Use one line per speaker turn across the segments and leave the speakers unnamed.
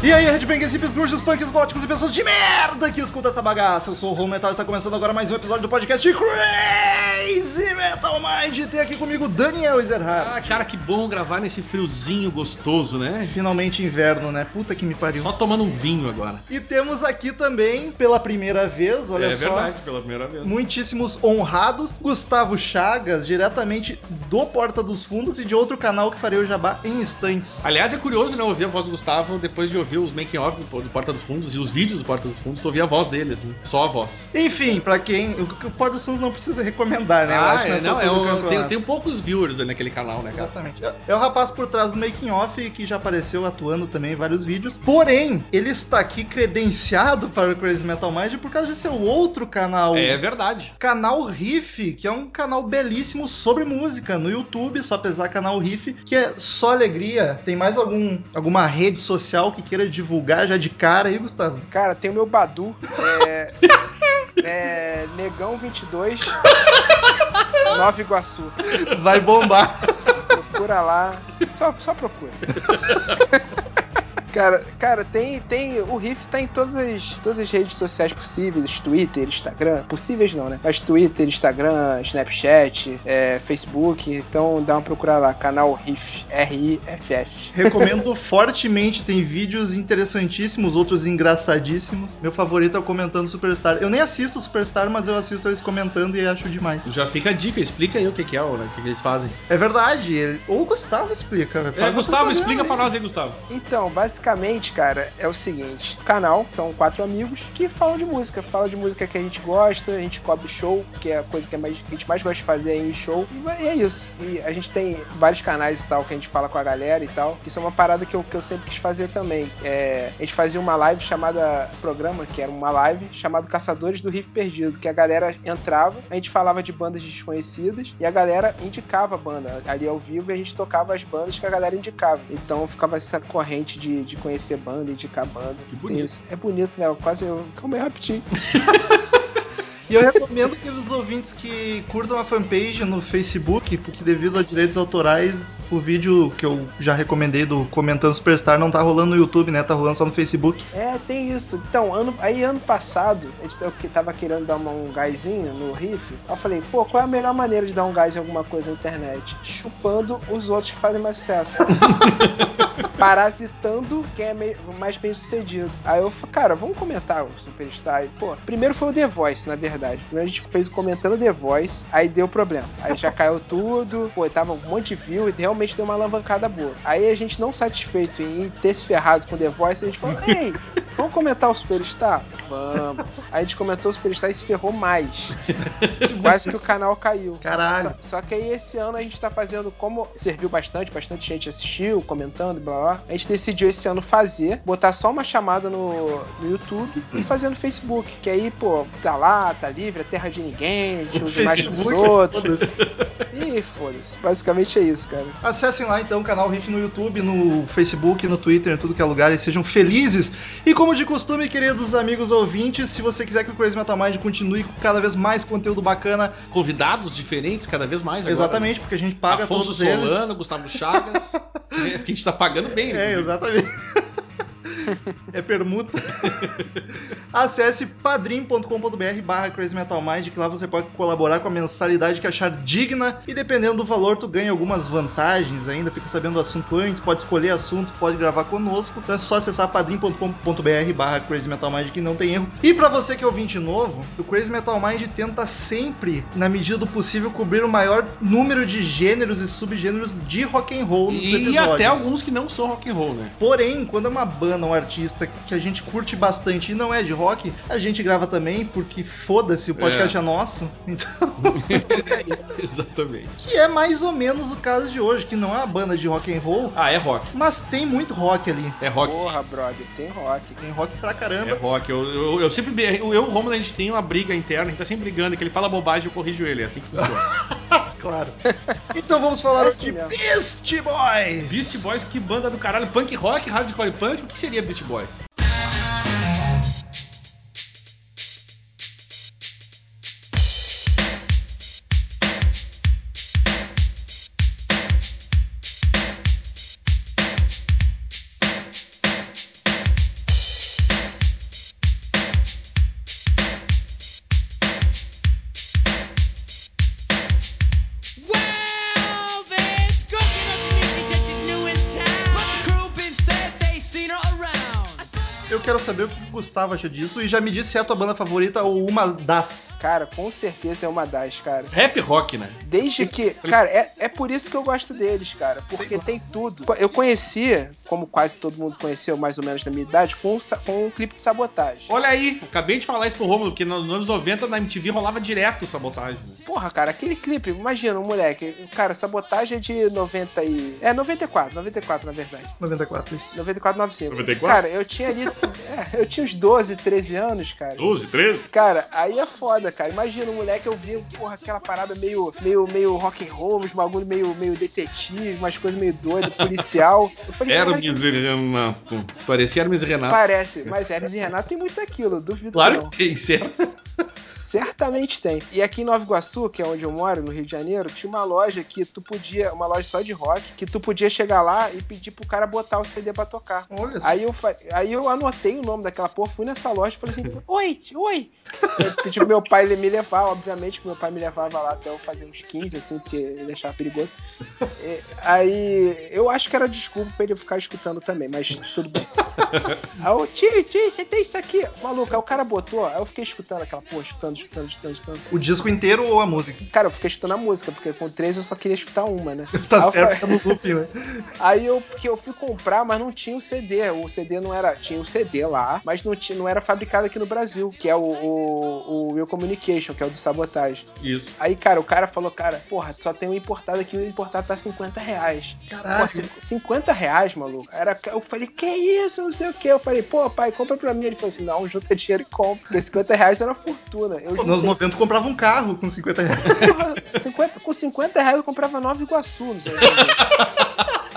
E aí, Redbangers, hippies, grunges, punks, góticos e pessoas de merda que escuta essa bagaça. Eu sou o Ron Metal e está começando agora mais um episódio do podcast Crazy Metal Mind. Tem aqui comigo Daniel Ezerhard.
Ah, cara, que bom gravar nesse friozinho gostoso, né?
Finalmente inverno, né? Puta que me pariu.
Só tomando um vinho agora.
E temos aqui também, pela primeira vez, olha
é
só,
verdade, pela primeira vez.
muitíssimos honrados, Gustavo Chagas, diretamente do Porta dos Fundos e de outro canal que farei o jabá em instantes.
Aliás, é curioso, né? Ouvir a voz do Gustavo depois de ouvir os making-offs do, do Porta dos Fundos e os vídeos do Porta dos Fundos, tu ouvia a voz dele, assim. Só a voz.
Enfim, pra quem. O o Porta dos Fundos não precisa recomendar, né? Eu acho
é,
nessa
não, é
altura do
um- tem,
campeonato.
tem poucos viewers ali naquele canal, né, cara?
Exatamente. É- É o rapaz por trás do Making Off que já apareceu atuando também em vários vídeos. Porém, ele está aqui credenciado para o Crazy Metal Mind por causa de seu outro canal.
É verdade.
Canal Riff, que é um canal belíssimo sobre música no YouTube, só pesar canal Riff, que é só alegria. Tem mais algum alguma rede social que queira divulgar já de cara aí, Gustavo?
Cara, tem o meu Badu. É. é Negão 22. Nova Iguaçu.
Vai bombar.
Procura lá. Só, só procura. Cara, cara, tem, tem. O Riff tá em todas as, todas as redes sociais possíveis: Twitter, Instagram. Possíveis não, né? Mas Twitter, Instagram, Snapchat, é, Facebook. Então dá uma procura lá. Canal Riff. R-I-F-F.
Recomendo fortemente, tem vídeos interessantíssimos, outros engraçadíssimos. Meu favorito é o comentando Superstar. Eu nem assisto Superstar, mas eu assisto eles comentando e acho demais.
Já fica a dica, explica aí o que, que é, né? O que, que eles fazem.
É verdade, ele... ou o Gustavo explica. né?
É,
Faz um
Gustavo,
propaganda
explica
aí.
pra nós aí, Gustavo.
Então, basicamente, cara, é o seguinte: o canal são quatro amigos que falam de música, falam de música que a gente gosta, a gente cobre show, que é a coisa que é mais- que a gente mais gosta de fazer aí em show, e vai- e é isso. E a gente tem vários canais e tal que a gente fala com a galera e tal. Isso é uma parada que eu, que eu sempre quis fazer também. É, a gente fazia uma live chamada programa, que era uma live chamado Caçadores do Riff Perdido, que a galera entrava, a gente falava de bandas desconhecidas e a galera indicava a banda ali ao vivo e a gente tocava as bandas que a galera indicava. Então ficava essa corrente de, de conhecer banda, indicar banda.
Que bonito.
Isso. É bonito, né? Eu Quase eu. Calma aí, rapidinho.
E eu recomendo que os ouvintes que curtam a fanpage no Facebook, porque devido a direitos autorais, o vídeo que eu já recomendei do Comentando Superstar não tá rolando no YouTube, né? Tá rolando só no Facebook.
É, tem isso. Então, ano, aí ano passado, a gente- eu que tava querendo dar uma- um gásinho no riff. Eu falei, pô, qual é a melhor maneira de dar um gás em alguma coisa na internet? Chupando os outros que fazem mais sucesso. Parasitando quem é mei- mais bem sucedido. Aí eu falei, cara, vamos comentar o Superstar. E, pô, primeiro foi o The Voice, na verdade. Primeiro a gente fez o comentando The Voice, aí deu problema. Aí já caiu tudo, pô, tava um monte de view e realmente deu uma alavancada boa. Aí a gente não satisfeito em ter se ferrado com The Voice, a gente falou, ei, vamos comentar o Superstar? Vamos. Aí a gente comentou o Superstar e se ferrou mais. Quase que o canal caiu.
Caralho.
Só, só que aí esse ano a gente tá fazendo como serviu bastante, bastante gente assistiu, comentando, blá blá. A gente decidiu esse ano fazer, botar só uma chamada no, no YouTube e fazer no Facebook. Que aí, pô, tá lá, tá livre, é terra de ninguém, tira os imagens dos
Facebook,
outros.
foda-se.
Ih, foda-se. Basicamente é isso, cara.
Acessem lá então o canal Riff no YouTube, no Facebook, no Twitter, em tudo que é lugar e sejam felizes. E como de costume, queridos amigos ouvintes, se você quiser que o Crazy Metal Mind continue com cada vez mais conteúdo bacana,
Convidados diferentes cada vez mais agora. né?
exatamente, porque a gente paga
Afonso
todos eles.
Solano, Gustavo Chagas. né? Porque a gente tá pagando bem,
É,
inclusive.
exatamente. é permuta. Acesse padrim.com.br barra Crazy Metal Mind, que lá você pode colaborar com a mensalidade que achar digna e dependendo do valor tu ganha algumas vantagens ainda, fica sabendo o assunto antes, pode escolher assunto, pode gravar conosco, então é só acessar padrim.com.br barra Crazy Metal Mind que não tem erro. E pra você que é ouvinte novo, o Crazy Metal Mind tenta sempre, na medida do possível, cobrir o maior número de gêneros e subgêneros de rock and roll nos
E
episódios.
até alguns que não são rock and roll, né?
Porém, quando é uma banda, um artista que a gente curte bastante e não é de rock, a gente grava também, porque foda-se, o podcast é, nosso. Então,
Exatamente.
que é mais ou menos o caso de hoje, que não é uma banda de rock and roll,
Ah, é rock.
mas tem muito rock ali.
É rock sim.
Porra, brother, tem rock.
Tem rock pra
É
caramba.
rock. Eu, eu, eu sempre. Eu e o Romulo, a gente tem uma briga interna, a gente tá sempre brigando, que ele fala bobagem e eu corrijo ele. É assim que funciona.
Claro. Então vamos falar
É
hoje de
assim mesmo.
Beast Boys.
Beast Boys, que banda do caralho. Punk rock, hardcore punk, o que seria Beast Boys?
quero saber o que o Gustavo acha disso e já me diz se é a tua banda favorita ou uma das.
Cara, com certeza é uma das, cara.
Rap rock, né?
Desde que. Cara, é, é por isso que eu gosto deles, cara. Porque tem tudo. Eu conheci, como quase todo mundo conheceu, mais ou menos na minha idade, com, o sa- com um clipe de sabotagem.
Olha aí, acabei de falar isso pro Romulo, que nos anos 90 na MTV rolava direto sabotagem. né?
Porra, cara, aquele clipe, imagina, um moleque. Cara, sabotagem é de 90 e. É, 94, 94 na verdade.
94, isso.
94, 95.
94?
Cara, eu tinha ali. é, eu tinha uns 12, 13 anos, cara.
12, 13?
Cara, aí é foda, cara. Imagina o moleque eu vi, porra, aquela parada meio, meio, meio rock and roll, uns bagulho meio, meio detetive, umas coisas meio doidas, policial. Eu falei, cara,
Hermes e Renato. Parecia Hermes e Renato.
Parece, mas Hermes e Renato tem muito daquilo, duvido
Claro
não.
que tem, certo?
Certamente tem. E aqui em Nova Iguaçu, que é onde eu moro, no Rio de Janeiro, tinha uma loja que tu podia, uma loja só de rock, que tu podia chegar lá e pedir pro cara botar o CD pra tocar.
Olha só.
Aí eu, fa- aí eu anotei o nome daquela porra, fui nessa loja e falei assim, oi, oi. Eu pedi pro meu pai ele me levar, obviamente que meu pai me levava lá até eu fazer uns 15, assim, porque ele achava perigoso. E aí eu acho que era desculpa pra ele ficar escutando também, mas tudo bem. Aí eu, tio, tio, você tem isso aqui? Maluco, aí o cara botou, aí eu fiquei escutando aquela porra, escutando, escutando, escutando, escutando.
O disco inteiro ou a música?
Cara, eu fiquei escutando a música, porque com três eu só queria escutar uma, né? Aí
Tá
eu
certo,
falei-
tá no loop, né?
Aí eu, porque eu fui comprar, mas não tinha o CD. O CD não era. Tinha o CD lá, mas não, tinha, não era fabricado aqui no Brasil, que é o, o, o Will Communication, que é o do sabotagem.
Isso.
Aí, cara, o cara falou, cara, porra, só tem um importado aqui, o importado tá 50 reais. Pô,
Caralho.
cin- 50 reais, maluco. Era, eu falei, que isso, não sei o que. Eu falei, pô, pai, compra pra mim. Ele falou assim, não, junta dinheiro e compra. Porque 50 reais era uma fortuna. Eu
Pô, Nos
juntei,
90 comprava um carro com 50 reais.
porra, 50 com 50 reais eu comprava Nova Iguaçu, não sei o que.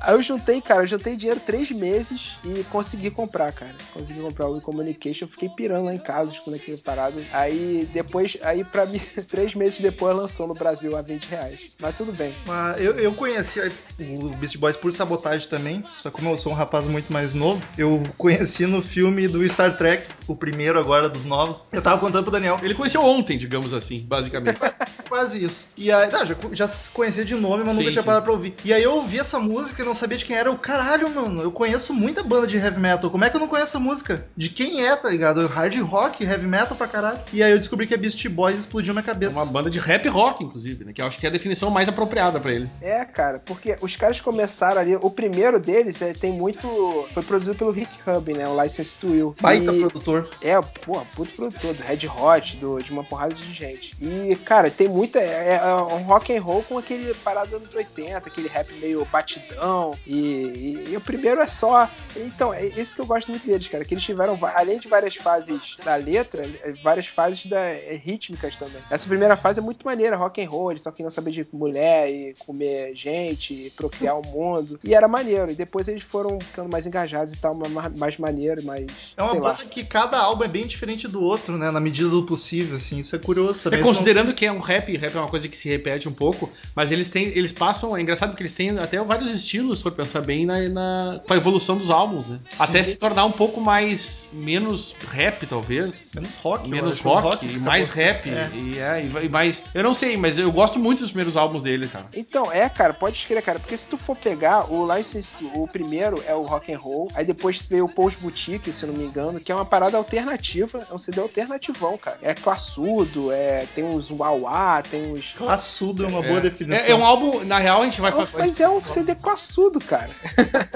Aí eu juntei, cara, eu juntei dinheiro três meses e consegui comprar, cara. Consegui comprar o Communication, eu fiquei pirando lá em casa, escutando aquele parado. Aí depois, aí pra mim, três meses depois lançou no Brasil a 20 reais. Mas tudo bem.
Mas eu, eu conheci o Beast Boys por sabotagem também, só como eu sou um rapaz muito mais novo, eu conheci no filme do Star Trek, o primeiro agora dos novos. Eu tava contando pro Daniel, é
Ele conheceu ontem, digamos assim, basicamente.
quase isso. E aí, ah, já, co- já conhecia de nome, mas nunca
Sim,
tinha
sim.
parado pra ouvir. E aí eu ouvi essa música e não sabia de quem era. Eu, caralho, mano, eu conheço muita banda de heavy metal. Como é que eu não conheço essa música? De quem é, tá ligado? Hard rock, heavy metal pra caralho. E aí eu descobri que é Beast Boys e explodiu minha cabeça.
É Uma banda de rap rock, inclusive, né? Que eu acho que é a definição mais apropriada pra eles.
É, cara, porque os caras começaram ali. O primeiro deles é, tem muito. Foi produzido pelo Rick Rubin, né? O License to Will.
Baita
E-
produtor.
É, pô, puto produtor do Red Hot, do, de uma porrada de gente. E, cara, tem muita. É, é um rock and roll com aquele parada dos anos 80, aquele rap meio batidão. E, e- e o primeiro é só. Então, é isso que eu gosto muito deles, cara. Que eles tiveram, va- além de várias fases da letra, eh, várias fases da, eh, rítmicas também. Essa primeira fase é muito maneira, rock and roll, eles só queriam saber de mulher e comer gente, e procriar o mundo. E era maneiro. E depois eles foram ficando mais engajados e tal, ma- ma- mais maneiro, mais.
É uma
sei lá.
banda que cada álbum é bem diferente do outro, né? Na medida do possível, assim. Isso é curioso também.
É, considerando que é um rap, rap é uma coisa que se repete um pouco, mas eles têm, eles passam, é engraçado porque eles têm até vários estilos, se for pensar bem, na, na- com a evolução dos álbuns, né? Até se tornar um pouco mais, menos rap, talvez.
Menos rock. eu
Menos
acho. O
rock, e mais
acabou-
rap,
É.
e, é, e vai- e mais... Eu não sei, mas eu gosto muito dos primeiros álbuns dele, cara.
Então, é, cara, pode escrever, cara, porque se tu for pegar o License, to- o primeiro é o rock and roll, aí depois veio o Post Boutique, se eu não me engano, que é uma parada alternativa, é um CD alternativão, cara. É classudo, é, tem uns uauá, tem uns
Classudo é uma boa definição.
É, é um álbum, na real, a gente vai falar.
mas é um CD classudo, cara. É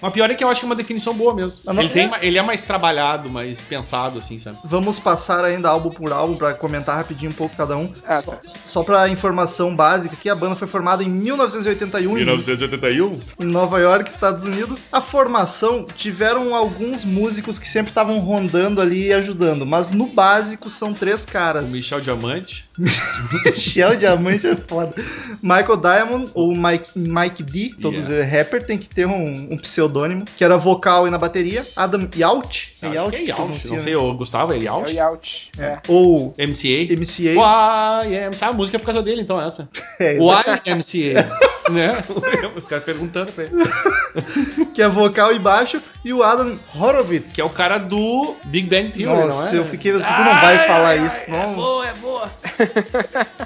Mas pior é que eu acho que é uma definição boa mesmo.
Ah, não-
ele, tem, ma- ele é mais trabalhado, mais pensado, assim, sabe?
Vamos passar ainda álbum por álbum pra comentar rapidinho um pouco cada um.
Ah,
só,
tá.
só pra informação básica aqui, a banda foi formada em 1981 em
1981?
em Nova York, Estados Unidos. A formação tiveram alguns músicos que sempre estavam rondando ali e ajudando, mas no básico são três
O
caras.
Michel Diamante.
Shell Diamante é foda. Michael Diamond, ou Mike, Mike D, todos
Yeah.
é rapper, tem que ter um, um pseudônimo, que era vocal e na bateria. Adam Yaut.
Acho que é
que
Yaut.
pronuncia,
Não
né?
sei, o Gustavo é
É o
Yaut.
Yacht. É.
Ou
MCA.
MCA.
Why MCA. A música é por causa dele, então, essa.
É,
Why MCA. né? Os caras perguntando pra ele.
que é vocal e baixo. E o Adam Horowitz.
Que é o cara do Big Bang Theory,
Nossa,
não é?
eu fiquei. Tu não vai
Ai,
falar
ai,
isso.
ai, É
Nossa.
boa, é boa.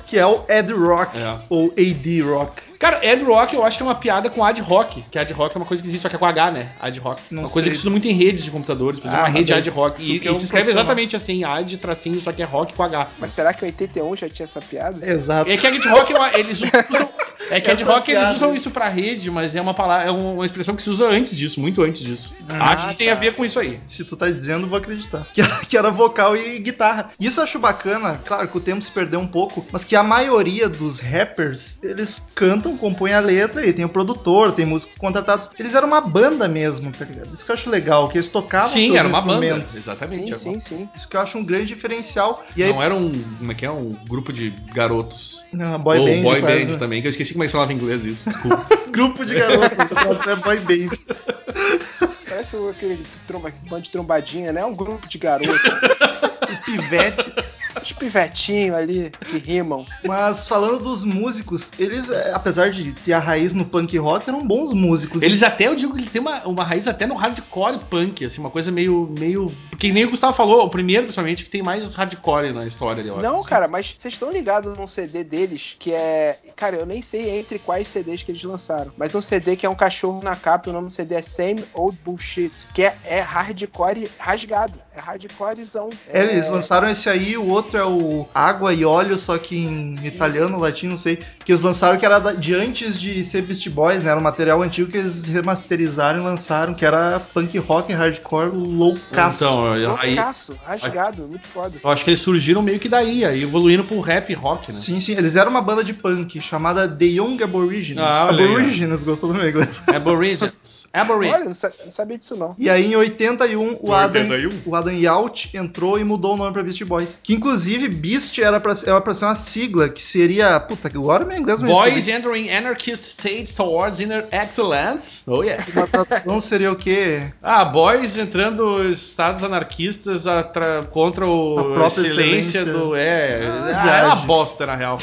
que é o Ed Rock,
É.
ou AD Rock.
Cara, Ed Rock eu acho que é uma piada com Ad Rock, que Ad Rock é uma coisa que existe, só que é com H, né? Ad Rock.
Não
uma coisa
sei.
que estuda muito em redes de computadores, por exemplo,
Ah,
uma
mas
rede
daí
Ad Rock. E,
tu que
e
é um
se escreve
profissional.
exatamente assim, Ad tracinho, só que é rock com H.
Mas será que em 81 já tinha essa piada?
Exato.
É que Ad Rock é uma- eles usam. É que Ad
Essa
Rock eles
piada.
usam isso pra rede, mas é uma palavra, é uma expressão que se usa antes disso, muito antes disso.
Ah,
acho que tem
tá.
a ver com isso aí.
Se tu tá dizendo, vou acreditar. Que, que era vocal e guitarra. Isso eu acho bacana, claro que o tempo se perdeu um pouco, mas que a maioria dos rappers, eles cantam, compõem a letra e tem o produtor, tem músicos contratados. Eles eram uma banda mesmo, tá ligado? Isso que eu acho legal, que eles tocavam
Sim,
seus
era uma banda.
instrumentos.
Exatamente.
Sim,
era uma-
sim, sim.
Isso que eu acho um grande diferencial. E aí,
Não era um. Como é que é? Um grupo de garotos.
Não, boy
Ou
band,
oh, boy
quase. né?
band também, que eu esqueci como é que falava em inglês isso. Desculpa.
Grupo de garotos, isso é boy band.
Parece o- aquele tromba, bando de trombadinha, né? Um grupo de garotos,
Pivete.
uns pivetinhos ali que rimam.
Mas falando dos músicos, eles, eh, apesar de ter a raiz no punk rock, eram bons músicos.
Eles até, eu digo que eles têm uma, uma raiz até no hardcore punk, assim, uma coisa meio. meio. Porque nem o Gustavo falou, o primeiro, principalmente, que tem mais hardcore na história, eu acho.
Não, cara, mas vocês estão ligados num CD deles que é. Cara, eu nem sei entre quais CDs que eles lançaram. Mas é um CD que é um cachorro na capa, e o nome do CD é Same Old Bullshit. Que é, é hardcore rasgado. É hardcorezão.
É, eles
É,
lançaram esse aí, o outro é o Água e Óleo, só que em italiano, latim, não sei. Que eles lançaram que era da- de antes de ser Beast Boys, né? Era um material antigo que eles remasterizaram e lançaram, que era punk rock hardcore loucaço.
Então, eu- aí.
loucaço, rasgado, muito foda.
Eu acho que eles surgiram meio que daí, aí evoluindo pro rap rock, né?
Sim, sim, eles eram uma banda de punk chamada The Young Aborigines.
Ah, olha aí, ó.
Aborigines, gostou do meu inglês?
Aborigines. Aborigines.
Olha, não, sa- não sabia disso não.
E aí, em 81, o Adam,
81?
o Adam Yaut entrou e mudou o nome pra Beast Boys. Que, inclusive, Beast era pra, era pra ser uma sigla, que seria... Puta, que agora meu inglês... me-
Boys entering anarchist states towards inner excellence. Oh yeah.
Uma tradução seria o quê?
Ah, boys entrando estados anarquistas atra- contra
A
o
própria
excelência,
excelência.
do. É,
Ah,
ah, era uma
verdade.
bosta, na real.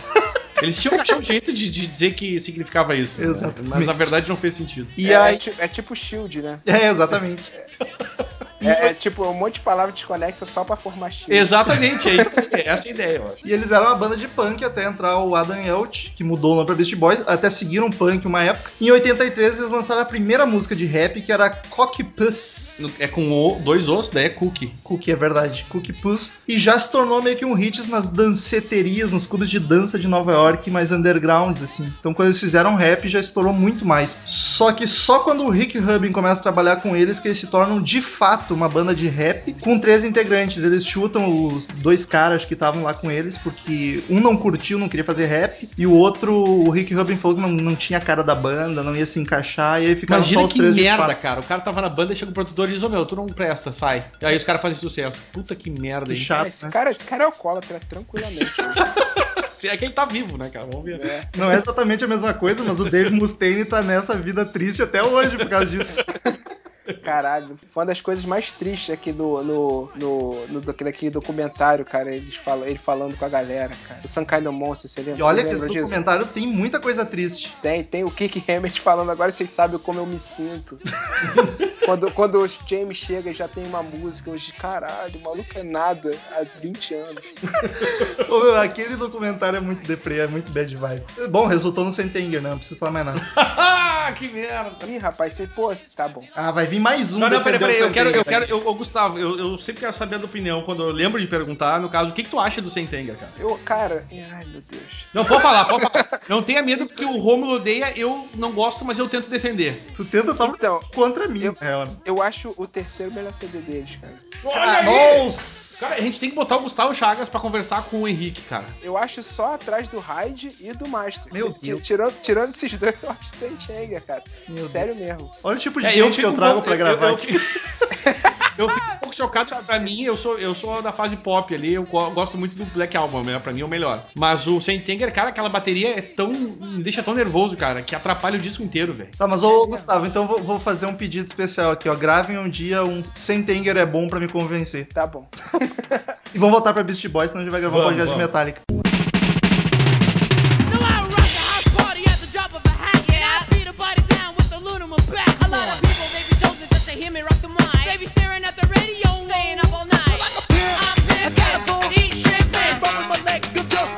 Eles tinham que achar um jeito de, de dizer que significava isso. né?
Exatamente.
Mas na verdade não fez sentido.
E
é,
aí...
é ti- é tipo Shield, né?
É, exatamente.
É, é tipo um monte de palavra desconexa só pra formar Shield.
Exatamente, é isso aí, é essa a ideia, eu acho.
E eles eram uma banda de punk até entrar o Adam Yaut, que mudou o nome pra Beast Boys, até seguiram punk uma época. Em 83, eles lançaram a primeira música de rap, que era Cock Puss.
No- É com o- dois ossos, daí é cookie.
Cookie, é verdade. Cookie Puss. E já se tornou meio que um hit nas danceterias, nos clubes de dança de Nova York, mais undergrounds, assim. Então, quando eles fizeram rap, já estourou muito mais. Só que só quando o Rick Rubin começa a trabalhar com eles, que eles se tornam de fato uma banda de rap com três integrantes. Eles chutam os dois caras que estavam lá com eles, porque um não curtiu, não queria fazer rap, e o outro, o Rick Rubin falou que não, não tinha a cara da banda, não ia se encaixar, e aí ficaram só
Imagina
os
que
três de
merda,
fato.
cara. O cara tava na banda e chega o produtor e diz: Ô meu, tu não presta, sai. E aí os caras fazem sucesso. Puta que merda,
Que
hein?
chato,
Cara, esse,
né?
cara, esse cara é alcoólatra, tranquilamente.
É que ele tá vivo, né, cara? Vamos ver.
né?
Não é exatamente a mesma coisa, mas o Dave Mustaine tá nessa vida triste até hoje por causa disso.
Caralho. Foi uma das coisas mais tristes aqui do, no, no, no, do- daquele documentário, cara. Eles falam, ele falando com a galera, cara. O Sun Kind of Monster, você lembra?
E olha
Você
que esse
lembra disso?
documentário tem muita coisa triste.
Tem, tem o Kick Hammett falando agora, vocês sabem como eu me sinto. quando, quando o James chega e já tem uma música, hoje, caralho, o maluco é nada há 20 anos.
Ô, meu, Aquele documentário é muito deprê, é muito bad vibe. Bom, resultou no Sentenger, né? Não preciso falar mais nada.
que merda.
Ih, rapaz, você, pô, tá bom.
Ah, vai vir mais um.
Não, não, peraí,
defender
peraí,
o
eu quero, eu
Sentenger.
quero, eu, ô, Gustavo, eu, eu sempre quero saber a tua opinião quando eu lembro de perguntar, no caso, o que, que tu acha do Sentenga, cara?
Eu, cara, ai meu Deus.
Não, pode falar, pode falar. Não tenha medo porque o Romulo odeia, eu não gosto, mas eu tento defender.
Tu tenta só
Então,
contra mim.
eu-
É, olha.
Eu acho o terceiro melhor CD deles, cara.
Ah, nossa!
Cara, a gente tem que botar o Gustavo Chagas pra conversar com o Henrique, cara.
Eu acho só atrás do Hyde e do Master.
Meu
Ti-
Deus.
Tirando, tirando esses dois, eu acho que chega, cara.
Meu
Sério mesmo.
Olha o tipo de
É,
gente que
fico
eu
um
trago
pouco-
pra
eu-
gravar
eu-
aqui.
Eu fico um pouco chocado, pra mim, eu sou, eu sou da fase pop ali, eu go- gosto muito do Black Album, né? pra mim é o melhor. Mas o Sentenger, cara, aquela bateria é tão. me deixa tão nervoso, cara, que atrapalha o disco inteiro, velho.
Tá, mas ô Gustavo, então vou, vou fazer um pedido especial aqui, ó. Gravem um dia um Sentenger é bom pra me convencer.
Tá bom.
E vamos voltar pra Beast Boys, senão a gente vai gravar um
Vamos,
podcast de
vamos.
Metallica.
Now I rock the house party at the drop of a hat. Yeah, I beat a body down with the loot on my back. A lot of people they be chosen just to hear me rock the mic. They be staring at the radio, staying up all night. I'm thin, got a full eat shrimp and busting my legs to dust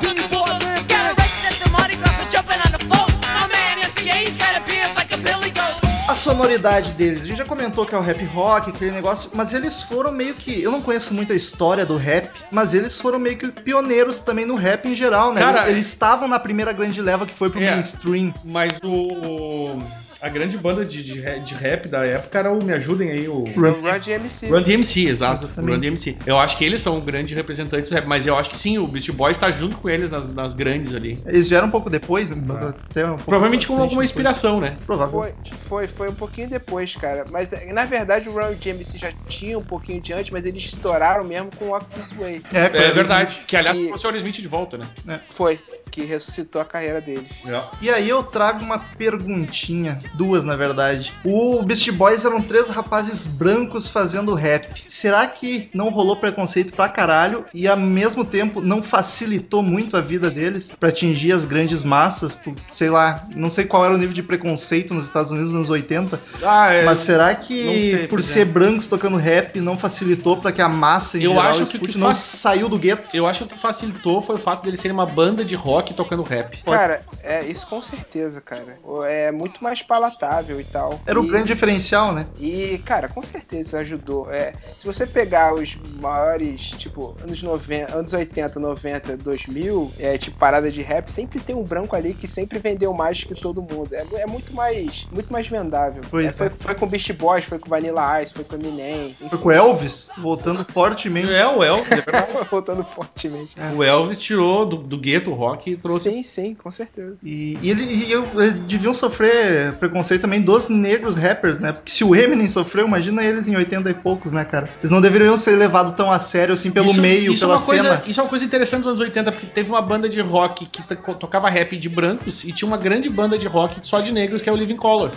sonoridade deles. A gente já comentou que é o rap rock, aquele negócio, mas eles foram meio que. Eu não conheço muito a história do rap, mas eles foram meio que pioneiros também no rap em geral, né?
Cara,
eles estavam na primeira grande leva que foi pro
É.
mainstream.
Mas o. A grande banda de, de, ra- de rap da época era o. Me ajudem aí, o.
O Run DMC.
Run DMC, exato.
Exatamente.
Run DMC. Eu acho que eles são grandes representantes do rap, mas eu acho que sim, o Beast Boy está junto com eles nas, nas grandes ali.
Eles vieram um pouco depois, né?
Ah.
até um pouco
Provavelmente com
bastante
alguma
depois.
inspiração, né?
Provavelmente.
Foi, foi, foi um pouquinho depois, cara. Mas eh, na verdade o Run DMC já tinha um pouquinho de antes, mas eles estouraram mesmo com Walk This Way.
É,
É verdade. Que aliás
E-
trouxe o Senhor Smith de volta, né?
Foi, que ressuscitou a carreira dele.
É.
E aí eu trago uma perguntinha, duas na verdade. O Beast Boys eram três rapazes brancos fazendo rap. Será que não rolou preconceito pra caralho e ao mesmo tempo não facilitou muito a vida deles pra atingir as grandes massas? Por, sei lá, não sei qual era o nível de preconceito nos Estados Unidos nos anos 80,
Ah, é.
mas será
não
que
sei,
por
pois é.
ser brancos tocando rap não facilitou pra que a massa em
Eu
geral
acho que o
escute,
que
não
fac-
saiu do gueto?
Eu acho que o que facilitou foi o fato dele ser uma banda de rock tocando rap.
Pode-
Cara, é isso com certeza, cara. É muito mais palatável e tal.
Era o
E-
grande diferencial, né?
E, cara, com certeza ajudou. É, se você pegar os maiores, tipo, anos, 90, anos 80, 90, 2000, é, tipo, parada de rap, sempre tem um branco ali que sempre vendeu mais que todo mundo. É, mu- é muito mais muito mais vendável.
Pois
É, foi,
é.
foi com Beast Boys, foi com Vanilla Ice, foi com Eminem.
Foi com o Elvis voltando fortemente.
É, o Elvis, é verdade.
Então, Voltando fortemente.
O Elvis tirou do, do gueto o rock e trouxe.
Sim, sim, com certeza.
E, e ele, e eu, eles deviam sofrer preconceito também dos negros rappers, né? Porque se o Eminem sofreu, imagina eles em 80 e poucos, né, cara? Eles não deveriam ser levados tão a sério assim pelo
Isso-
meio,
isso é
pela
uma coisa-
cena.
isso é uma coisa interessante dos anos 80, porque teve uma banda de rock que to- tocava rap de brancos e tinha uma grande banda de rock só de negros, que é o Living Color.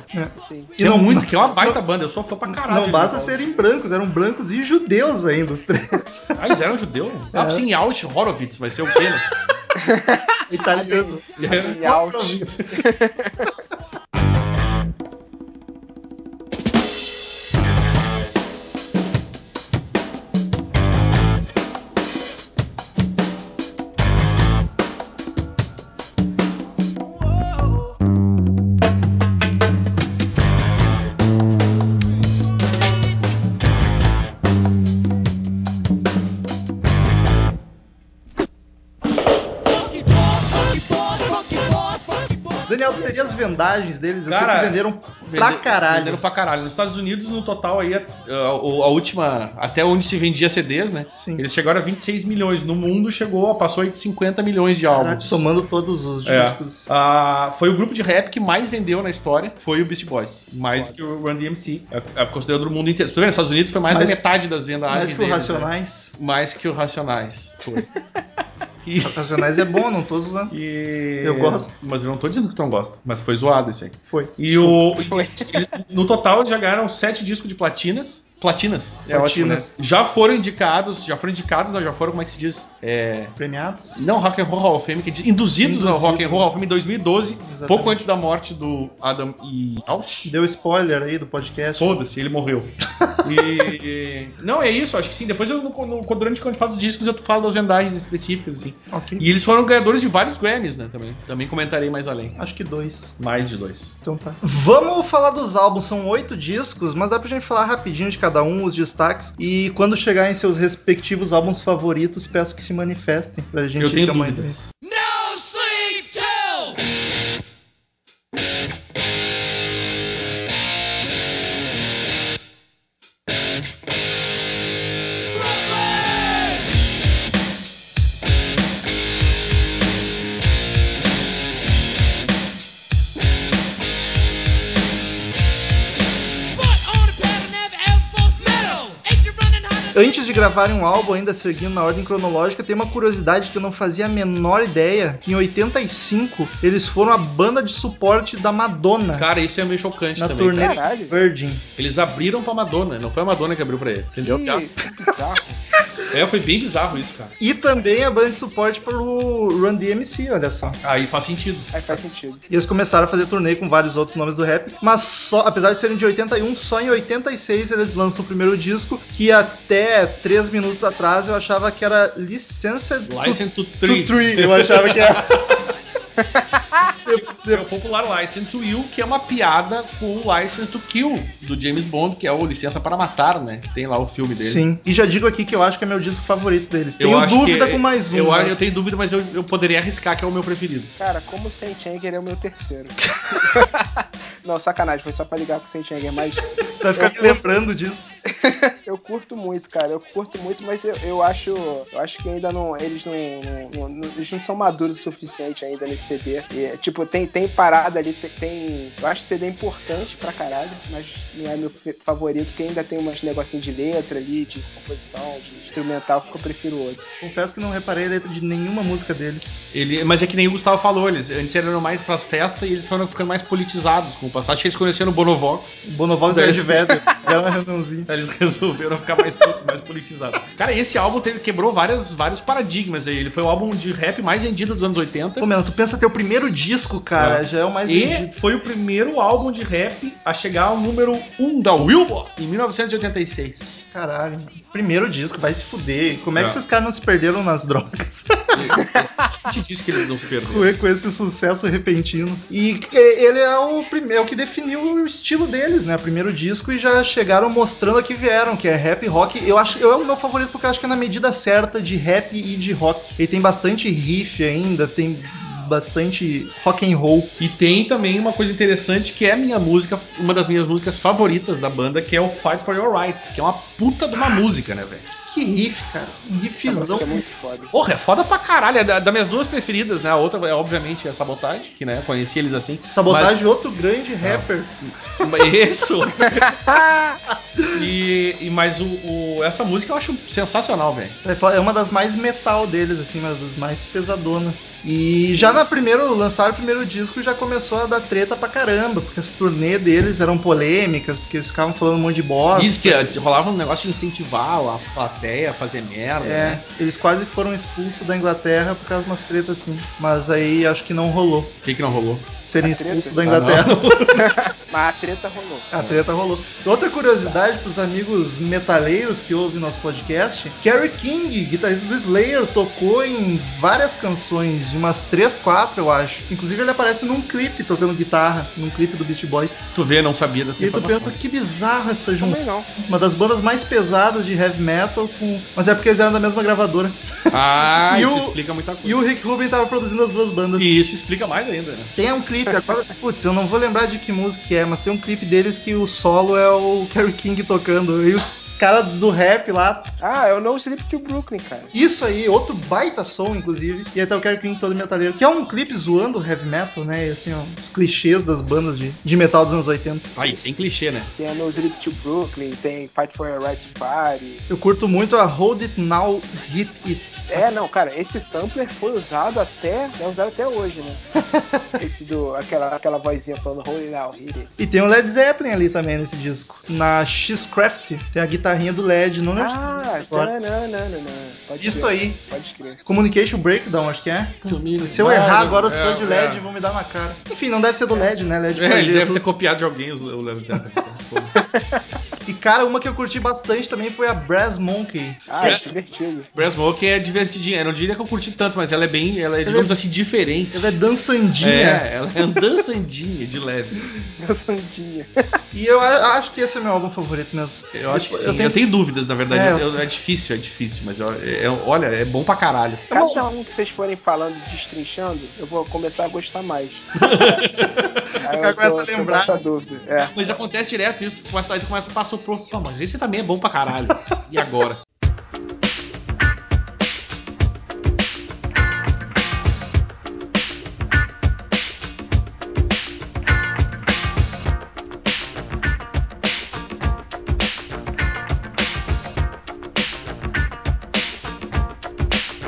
Sim.
E
Que, é
não,
muito, que é uma baita banda, eu sou fã pra caralho.
não
de
basta
Living
serem brancos, eram brancos e judeus ainda, os três.
Colour. Ah, eles eram judeu? Ah,
É.
sim, Ausch Horowitz, vai ser o quê, né?
Italianos.
E out.
Daniel, tu teria as vendagens deles? Eu
Cara,
sei que venderam pra
Vende-
caralho.
Venderam pra caralho. Nos Estados Unidos, no total, aí, a, a- a última. Até onde se vendia CDs, né?
Sim.
Eles chegaram a 26 milhões. No mundo chegou, passou aí de 50 milhões de álbuns.
Caraca, somando todos os
É.
discos.
Ah, foi o grupo de rap que mais vendeu na história, foi o Beast Boys. Mais do que o Run DMC. É, é considerado no mundo inteiro. Você tá vendo? Nos Estados Unidos foi mais
Mais-
da metade das vendas.
Mais que o
deles, né?
Racionais.
Mais que o Racionais. Foi. E-
Racionais é bom, não tô usando.
e-
Eu gosto.
Mas eu não tô dizendo que tu não gosta. Mas foi zoado isso aí.
Foi.
E o. eles- eles, no total já ganharam sete discos de platinas. Platinas. É ótimo, né?
Platinas.
Já foram indicados. Já foram indicados, não, já foram, como é que se diz? É,
Premiados?
não, Rock and Roll Hall of Fame, que é de- induzidos ao
Induzido.
Rock and Roll Hall of Fame em 2012,
Exatamente.
pouco antes da morte do Adam e Ausch.
Deu spoiler aí do podcast.
Foda-se, ele morreu. E. Não, é isso, acho que sim. Depois eu, no, no- durante quando eu falo dos discos, eu falo das vendagens específicas, assim.
Ok.
E eles foram ganhadores de vários Grammys, né? Também. Também comentarei mais além.
Acho que dois.
Mais de dois.
Então tá. Vamos falar dos álbuns, são oito discos, mas dá pra gente falar rapidinho de cada um, os destaques. E quando chegar em seus respectivos álbuns favoritos, peço que se manifestem pra gente
eu tenho
ter uma
dúvidas.
Antes de gravarem um álbum, ainda seguindo na ordem cronológica, tem uma curiosidade que eu não fazia a menor ideia, que em 85 eles foram a banda de suporte da Madonna
Cara, isso é meio chocante
na
também.
turnê
cara.
Caralho.
Virgin.
Eles abriram pra Madonna, não foi a Madonna que abriu pra ele. Entendeu?
Que
Piada.
bizarro.
É, foi bem bizarro isso, cara.
E também a banda de suporte pro Run DMC, olha só.
Aí faz sentido.
Aí faz sentido.
E eles começaram a fazer turnê com vários outros nomes do rap, mas só, apesar de serem de 81, só em 86 eles lançam o primeiro disco, que até 3 minutos atrás eu achava que era Licença
License to
to
Tree.
Tree. Eu achava que era.
É o popular License to Will, que é uma piada com o License to Kill do James Bond, que é o Licença para Matar, né? Que tem lá o filme dele.
Sim. E já digo aqui que eu acho que é meu disco favorito deles. Tenho
acho
dúvida
que- é,
com mais um.
Eu,
mas-
eu tenho dúvida, mas eu, eu poderia arriscar que é o meu preferido.
Cara, como o Sentenger é o meu terceiro. Não, sacanagem, foi só pra ligar com o Sentenger, mas
Vai ficar me lembrando disso.
eu curto muito, cara. Eu curto muito, mas eu, eu acho. Eu acho que ainda não. Eles não, não- não- Eles não são maduros o suficiente ainda nesse CD. E, é, tipo, tem, tem parada ali, tem, tem- Eu acho CD importante pra caralho, mas não é meu fe- favorito, porque ainda tem umas negocinhos de letra ali, de composição, de instrumental, que eu prefiro outro.
Confesso que não reparei a letra de nenhuma música deles.
Ele, mas é que nem o Gustavo falou, eles antes eram mais pras festas e eles foram ficando mais politizados com o passado. Acho que eles conheceram o Bonovox,
O Bonovox
é.
e o Ed Vedder. é um Fizeram uma reuniãozinha.
aí eles resolveram ficar mais, mais politizados. Cara, esse álbum teve, quebrou várias, vários paradigmas aí. Ele foi o álbum de rap mais vendido dos anos 80.
Pô, Mena, tu pensa teu primeiro disco, cara,
É.
já é o mais
E
vendido.
foi o primeiro álbum de rap a chegar ao número 1 um da Billboard em 1986.
Caralho, mano. primeiro disco, vai se fuder. Como é,
É.
que esses caras não se perderam nas drogas?
A gente disse que eles não se perderam.
com, com esse sucesso repentino. E que- ele é o, prime- é o que definiu o estilo deles, né? Primeiro disco e já chegaram mostrando a que vieram, que é rap rock. Eu acho eu é o meu favorito porque eu acho que é na medida certa de rap e de rock. Ele tem bastante riff ainda, tem bastante rock and roll.
E tem também uma coisa interessante que é a minha música, uma das minhas músicas favoritas da banda, que é o Fight for Your Right, que é uma puta de uma música, né, velho?
Que riff, cara. Um
Essa
riffzão.
música é muito foda.
Porra, é foda pra caralho. É da- das minhas duas preferidas, né? A outra é, obviamente, a Sabotage, que, né, conheci eles assim.
Sabotagem, outro grande rapper.
Mas, isso! e, e, mas o, o- essa música eu acho sensacional, velho.
É fo- É uma das mais metal deles, assim, uma das mais pesadonas. E já na primeiro, lançaram o primeiro disco já começou a dar treta pra caramba, porque as turnê deles eram polêmicas, porque eles ficavam falando um monte de bosta.
Diz que rolava um negócio de incentivar a plateia a fazer merda,
É,
né?
eles quase foram expulsos da Inglaterra por causa de umas tretas assim. Mas aí acho que não rolou
O que que não rolou?
serem
A treta?
expulsos
Ah,
da Inglaterra.
Mas a treta rolou.
A treta rolou. Outra curiosidade pros amigos metaleiros que ouvem nosso podcast: Kerry King, guitarrista do Slayer, tocou em várias canções, de umas 3, 4, eu acho. Inclusive, ele aparece num clipe tocando guitarra, num clipe do Beach Boys.
Tu vê, não sabia dessa
E aí tu pensa
informação.
que bizarra essa
Também
junção.
não.
Uma das bandas mais pesadas de heavy metal, com... mas é porque eles eram da mesma gravadora.
Ah,
E
isso
o-
explica muita coisa.
E o Rick Rubin tava produzindo as duas bandas.
E isso explica mais ainda, né?
Tem um clipe agora, putz, eu não vou lembrar de que música que é, mas tem um clipe deles que o solo é o Kerry King tocando. E os, os caras do rap lá.
Ah, eu não sleep to Brooklyn, cara.
Isso aí, outro baita som, inclusive. E até o Kerry King todo metaleiro. Que é um clipe zoando o heavy metal, né? E assim, ó, os clichês das bandas de, de metal dos anos 80.
Aí, tem clichê, né?
Tem a No Sleep to Brooklyn, tem Fight for Your Right to Party.
Eu curto muito a Hold It Now, Hit It.
É, não, cara, esse sampler foi usado até, é usado até hoje, né? esse do, aquela, aquela vozinha falando Holy Now, hit it."
E tem o Led Zeppelin ali também nesse disco. Na X-Craft, tem a guitarrinha do Led. Não lembro
Ah,
de que disco agora.
tananana. Pode
Isso
crer,
aí.
Pode crer.
Communication Breakdown, acho que é. Se eu errar agora, os fãs de LED vão me dar na cara. Enfim, não deve ser do LED, né? LED
É, ele
corrigiu
deve ter
tudo.
copiado de alguém os- o Level Zeppelin. né?
E cara, uma que eu curti bastante também foi a Brass Monkey.
Ah, é divertido.
Brass Smoke é divertidinha. Eu não diria que eu curti tanto, mas ela é bem, ela é,
Ela
digamos
é-
assim, diferente.
Ela é dançandinha.
É, ela é dançandinha de leve.
Dançandinha.
E eu a- acho que esse é meu álbum favorito mesmo.
Eu acho que sim.
Eu tenho-
dúvidas, na verdade.
É, eu-
Eu- é difícil, é difícil, mas eu- é- olha, é bom pra caralho.
Tá
Cada um que vocês forem falando, destrinchando, eu vou começar a gostar mais. Aí
Cara,
eu
começa
tô-
a
tô
lembrar.
com essa dúvida. É.
Mas acontece direto isso, tu começa, aí tu começa a passar o pro. Pô, mas esse também é bom pra caralho. E agora?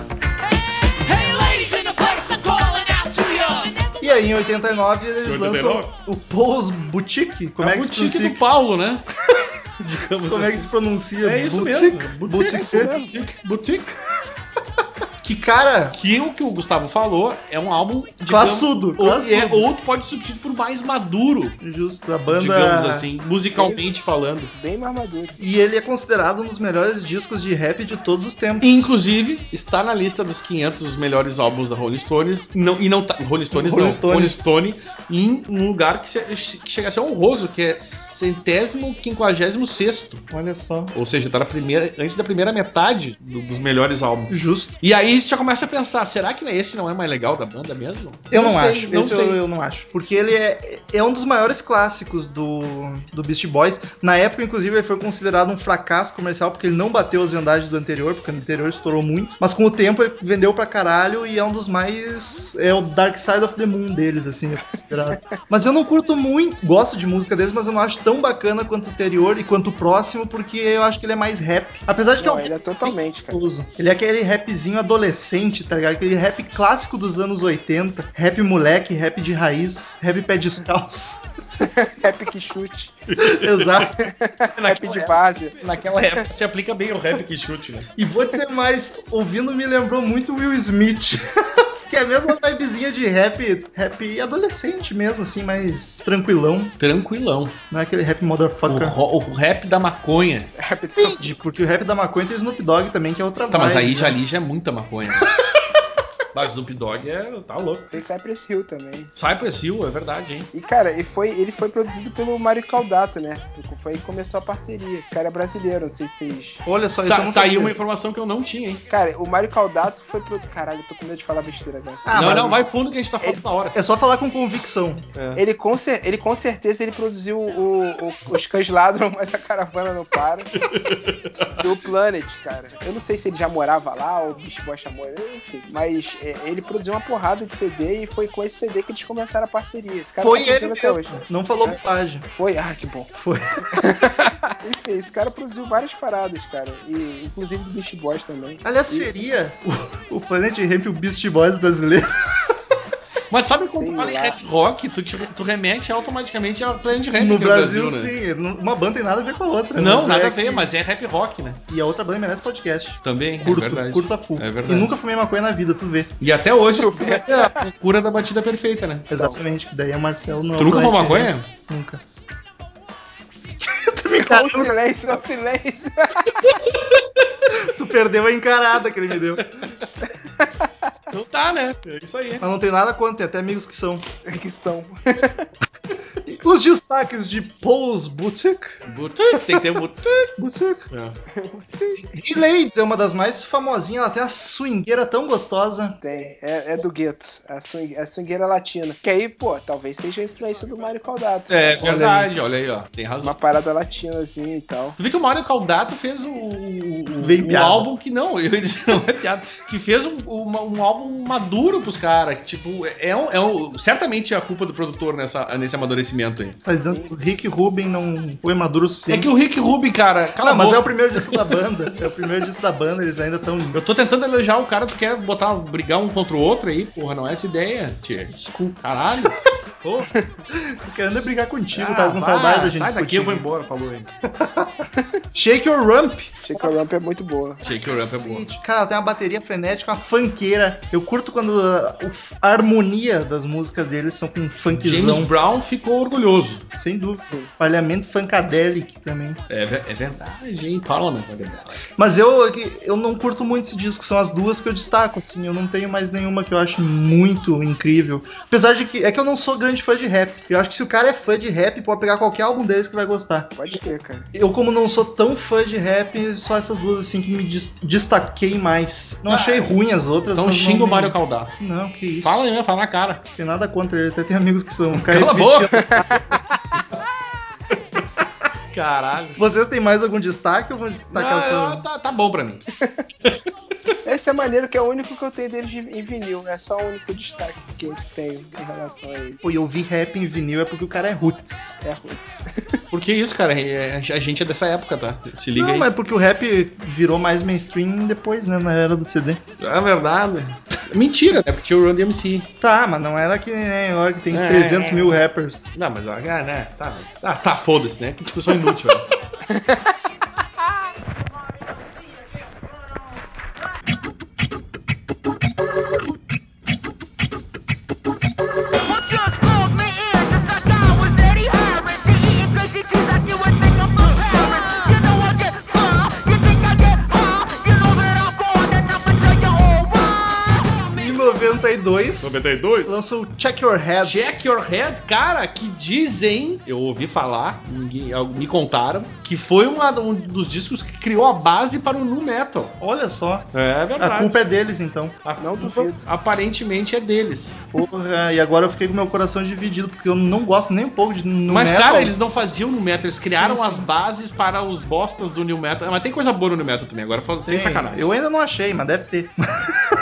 Hey, ladies in the place, I'm calling out to you.
E aí, em 89, eles
89?
lançam o Pose Boutique. Como é,
a
que se
boutique
pronuncia?
do Paulo, né? Digamos
Como é
assim.
que se pronuncia?
É isso
Boutique?
mesmo.
Boutique.
Boutique. Boutique.
Que, cara,
Que o que o Gustavo falou é um álbum digamos,
Classudo,
Ou,
classudo.
é, ou tu pode substituir por mais maduro,
justo, a banda.
digamos assim, musicalmente falando.
Bem mais maduro.
E ele é considerado um dos melhores discos de rap de todos os tempos.
Inclusive, está na lista dos 500 melhores álbuns da Rolling Stones. Não, e não tá. Rolling Stones
Rolling
não.
Stones.
Rolling Stone. Em um lugar que, se- que chega a ser honroso, que é centésimo, quinquagésimo sexto.
Olha só.
Ou seja, tá na primeira, antes da primeira metade do- dos melhores álbuns.
Justo.
E aí a gente já começa a pensar, será que esse não é mais legal da banda mesmo?
Eu não,
sei,
acho.
Não
Esse é
sei.
eu, eu não acho. Porque ele é, é um dos maiores clássicos do, do Beast Boys. Na época, inclusive, ele foi considerado um fracasso comercial porque ele não bateu as vendagens do anterior, porque o anterior estourou muito. Mas com o tempo ele vendeu pra caralho e é um dos mais. É o Dark Side of the Moon deles, assim, é considerado. mas eu não curto muito. Gosto de música deles, mas eu não acho tão bacana quanto o anterior e quanto o próximo, porque eu acho que ele é mais rap. Apesar de que é um
Não, ele é totalmente, cara.
confuso. Ele é aquele rapzinho adolescente, tá ligado? Aquele rap clássico dos anos 80. Rap moleque, rap de raiz, rap pé descalço.
Rap que chute,
Exato.
rap
É.
de várzea.
Naquela época se aplica bem o rap que chute, né?
E vou dizer mais, ouvindo me lembrou muito Will Smith. que é a mesma vibezinha de rap, rap adolescente mesmo, assim, mais tranquilão.
Tranquilão.
Não é aquele rap
O,
motherfucker.
ro- o rap da maconha.
Rap
De- Porque o rap da maconha tem o Snoop Dogg também, que é outra
Tá, mas
vibe,
aí
né?
já ali já é muita maconha. Mas o Snoop Dogg é, tá louco.
tem Cypress Hill também.
Cypress Hill, é verdade, hein?
E cara, e foi, ele foi produzido pelo Mário Caldato, né? Foi aí que começou a parceria. O cara é brasileiro, não sei se vocês.
Olha só, isso eu
Tá,
não
tá aí
sabia.
uma informação que eu não tinha, hein?
Cara, o Mário Caldato foi pro. Caralho, eu tô com medo de falar besteira agora.
Ah,
não,
mas
não, vai fundo que a gente tá falando na hora. É.
É só falar com convicção.
Ele com, cer- ele com certeza ele produziu o, o- os cães ladram, mas a caravana não para. do Planet, cara. Eu não sei se ele já morava lá ou o Beast Boy chamou ele, enfim. Mas é, ele produziu uma porrada de CD e foi com esse CD que eles começaram a parceria. Esse cara
Foi
tá
ele
produzindo até
mesmo.
hoje.
Não falou bobagem.
Foi? Ah, que bom.
Foi.
Enfim, esse cara produziu várias paradas, cara. E, inclusive do Beast Boys também.
Aliás,
E-
seria o, o Planet Ramp o Beast Boys brasileiro?
Mas sabe quando tu
Sei
fala em
lá.
rap rock, tu, te- tu remete automaticamente a Planet Ramp
no
aqui
Brasil,
né?
sim. Não- Uma banda tem nada a ver com a outra.
Não,
mas
nada
é
a ver,
que-
mas é rap rock, né?
E a outra banda é merece podcast.
Também,
Curto,
é verdade.
curto a full.
É verdade.
E nunca fumei maconha na vida, tu vê.
E até hoje, é a cura da batida perfeita, né?
Exatamente, que daí é Marcelo não.
Tu nunca fumou maconha?
Nunca. Tá
Ficou um silêncio, é um silêncio.
Tu
Tá.
perdeu a encarada que ele me deu.
Então tá, né? É isso aí.
Mas não tem nada contra, tem até amigos que são.
que são.
Os destaques de Paul's Boutique.
Butuc, Tem que ter um butuc.
Boutique.
É.
E Ladies é uma das mais famosinhas, ela tem a swingueira tão gostosa.
Tem, é, é do gueto, a, swing, a swingueira latina. Que aí, pô, talvez seja a influência do Mário Caldato.
É
Olha
verdade, olha aí, ó. Tem razão.
Uma parada latina assim e tal.
Tu vê que o Mário Caldato fez o, o,
Vem
o
piada.
álbum que não, eu ia dizer, não é piada, que fez um, uma- um álbum maduro pros caras, que, tipo, é, um, é um- certamente é a culpa do produtor nessa, nesse amadurecimento aí.
Tá dizendo que o Rick Rubin não foi maduro o
É
suficiente.
que o Rick Rubin, cara, cala
Não,
a
mas é o
boca.
primeiro disco da banda. É o primeiro disco da banda, eles ainda estão.
Eu tô tentando elogiar o cara, tu quer botar, brigar um contra o outro aí, porra, não é essa ideia, tia. Desculpa. Caralho. Pô,
Querendo é brigar contigo,
ah,
tava com
vá,
saudade da gente
Sai daqui,
discutir.
eu vou embora, falou aí.
Shake Your Rump.
Shake a Ramp é muito boa.
Shake Your Up é boa.
Cacete. Cara, ela tem uma bateria frenética, uma funkeira. Eu curto quando a, o f- a harmonia das músicas deles são com funkzão.
James Brown ficou orgulhoso.
Sem dúvida. Palhamento funkadelic também.
É, ve- é verdade, hein? Parliament, é verdade.
Mas eu, eu não curto muito esse disco, são as duas que eu destaco, assim. Eu não tenho mais nenhuma que eu acho muito incrível. Apesar de que. É que eu não sou grande fã de rap. Eu acho que se o cara é fã de rap, pode pegar qualquer álbum deles que vai gostar.
Pode crer, cara.
Eu, como não sou tão fã de rap, só essas duas assim que me des- destaquei mais. Não
Ah,
achei ruim as outras.
Então
mas não
xinga o
me-
Mário Caldato.
Não, que isso.
Fala aí, né? Fala na cara.
Não tem nada contra ele, até tem amigos que são. Ficar
Cala a
repetindo.
boca! Caralho.
Vocês têm mais algum destaque ou vão destacar
Não,
só-
eu- tá, tá bom pra mim.
Esse é maneiro que é o único que eu tenho deles de- em vinil. É só o único destaque que eu tenho em relação a ele.
Pô, e ouvir rap em vinil é porque o cara é roots.
É Roots.
Porque isso, cara, é- a gente é dessa época, tá? Se liga
não,
aí.
mas é porque o rap virou mais mainstream depois, né? Na era do CD.
É verdade. Mentira, é porque tinha o Run DMC.
Tá, mas não era que nem agora que tem
É,
300
é.
mil rappers.
Não, mas ah, né? Tá, mas, tá, tá foda-se, né? Que discussão inútil. essa.
92,
92?
lançou o Check Your Head.
Check Your Head, cara, que dizem, eu ouvi falar, ninguém, al- me contaram, que foi uma- um dos discos que criou a base para o nu metal.
Olha só.
É
A
verdade.
culpa é deles, então.
A
Não
culpa,
duvido.
aparentemente é deles.
Porra, e agora eu fiquei com meu coração dividido, porque eu não gosto nem um pouco de nu
mas,
metal.
cara, eles não faziam no metal, eles criaram
Sim,
as bases para os bostas do new metal. Mas tem coisa boa no new metal também, agora falando sem
Sim,
sacanagem.
Eu ainda não achei, mas deve ter.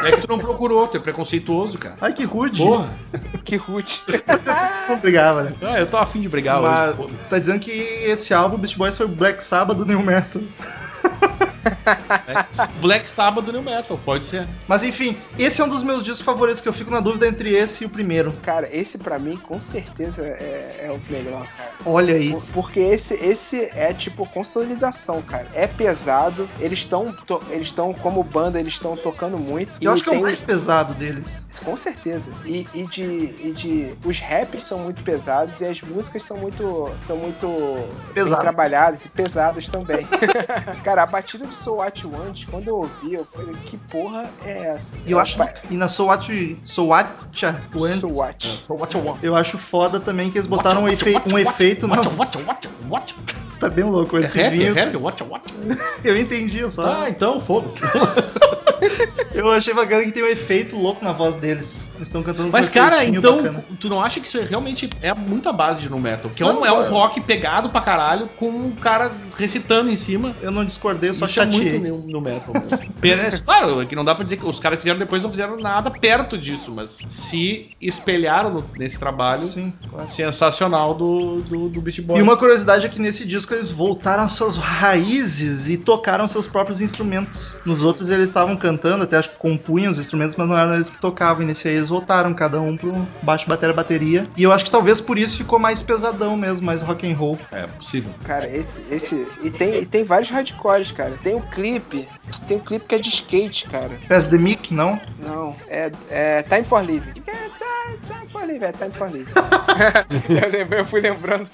É que tu não procurou, tu é preconceituoso, cara.
Ai, que rude.
Porra,
Que root.
Não brigava, né?
ah, eu tô afim de brigar
Mas
hoje. foda-se.
você tá dizendo que esse álbum, Beast Boys, foi o Black Sabbath do New Metal.
É Black Sabbath do new metal, pode ser.
Mas enfim, esse é um dos meus discos favoritos, que eu fico na dúvida entre esse e o primeiro.
Cara, esse pra mim com certeza é, é o melhor, cara.
Olha aí.
Por- Porque esse, esse é tipo consolidação, cara. É pesado. Eles estão, eles estão como banda, eles estão tocando muito.
Eu acho que é o
tem-
mais pesado deles.
Com certeza. E, e de, e de. Os raps são muito pesados e as músicas são muito. são muito bem
Pesado.
trabalhadas e pesadas também. Cara, a batida de Soul What You Want, quando eu ouvi, eu falei, que porra é essa?
E eu acho.
Ba-
E na Soatcha. Soatcha.
Soul É, What.
So what you want?
Eu acho foda também que eles botaram um,
What you
efe-
want,
um
what you
efeito
want,
na.
what you want, what you want.
Tá bem louco
É
esse
rap, é
vinho.
rap, what you want.
Eu entendi, eu só.
Ah, então foda-se.
Eu achei bacana que tem um efeito louco na voz deles. Eles estão cantando
Mas,
um
cara,
efeitinho
então,
bacana.
tu não acha que isso é realmente é muita base de no metal? Que é
Não,
um, é um
é.
rock pegado pra caralho com um cara recitando em cima.
Eu não discordei, eu só
Isso é
chateei.
muito no, no metal mesmo. Pera- claro, é que não dá pra dizer que os caras que vieram depois não fizeram nada perto disso, mas se espelharam no- nesse trabalho
Sim, quase.
sensacional do, do, do Beast Boys.
E uma curiosidade é que nesse disco eles voltaram às suas raízes e tocaram seus próprios instrumentos. Nos outros eles estavam cantando, até acho que compunham os instrumentos, mas não eram eles que tocavam. E nesse aí eles voltaram, cada um pro baixo, bateria, bateria. E eu acho que talvez por isso ficou mais pesadão mesmo, mais rock and roll.
É possível.
Cara, esse. esse e, tem, e tem vários hardcores, cara. Tem um clipe. Tem um clipe que é de skate, cara.
Pass the Mic, não?
Não, é, é Time for Living. É Time, time for Living, é Time for Living. eu, lembrei, eu fui lembrando.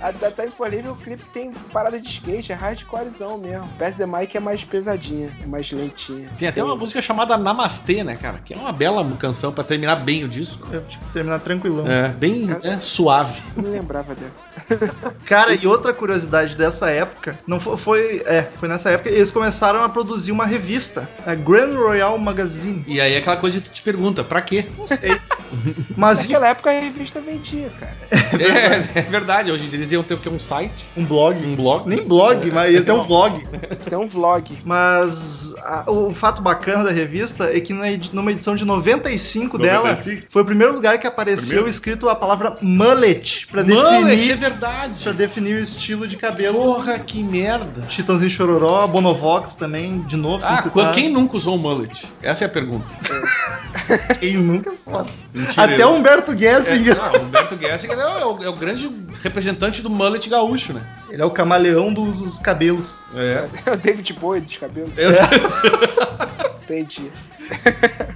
A da Time for Living, o clipe tem parada de skate, é hardcorezão mesmo. Pass the Mic é mais pesadinha, é mais lentinha.
Tem até uma música chamada Namastê, né, cara? Que é uma bela canção pra terminar bem o disco.
Eu tipo, terminar tranquilão.
É, bem né, suave.
Eu Não lembrava dela.
Cara, e outra curiosidade dessa época, não foi, foi, é, foi nessa época eles começaram a produzir uma revista, a Grand Royal Magazine.
E aí é aquela coisa que tu te pergunta, pra quê?
Não sei. Mas enfim,
Naquela época a revista vendia, cara.
É, é verdade, hoje em dia eles iam ter o quê? Um site,
um blog,
um blog.
nem blog, mas eles têm um vlog.
Tem um vlog.
Mas a- o fato bacana da revista é que na edi- numa edição de 95 dela
95?
foi o primeiro lugar que apareceu
Primeiro?
escrito a palavra mullet pra
Mullet, é
definir, pra
verdade.
definir o estilo de cabelo.
Porra, que merda.
Chitãozinho Chororó, Bonovox também, de novo, sem
Ah,
citar.
quem nunca usou um mullet? Essa é a pergunta.
Quem nunca foda.
Mentira.
Até um o Humberto
É,
Gessinger.
não, o Humberto Gessinger é, o- é o, é o grande representante do mullet gaúcho, né?
Ele é o camaleão dos, dos cabelos.
É.
É o David Bowie dos cabelos.
É.
Eu, É.
Entendi.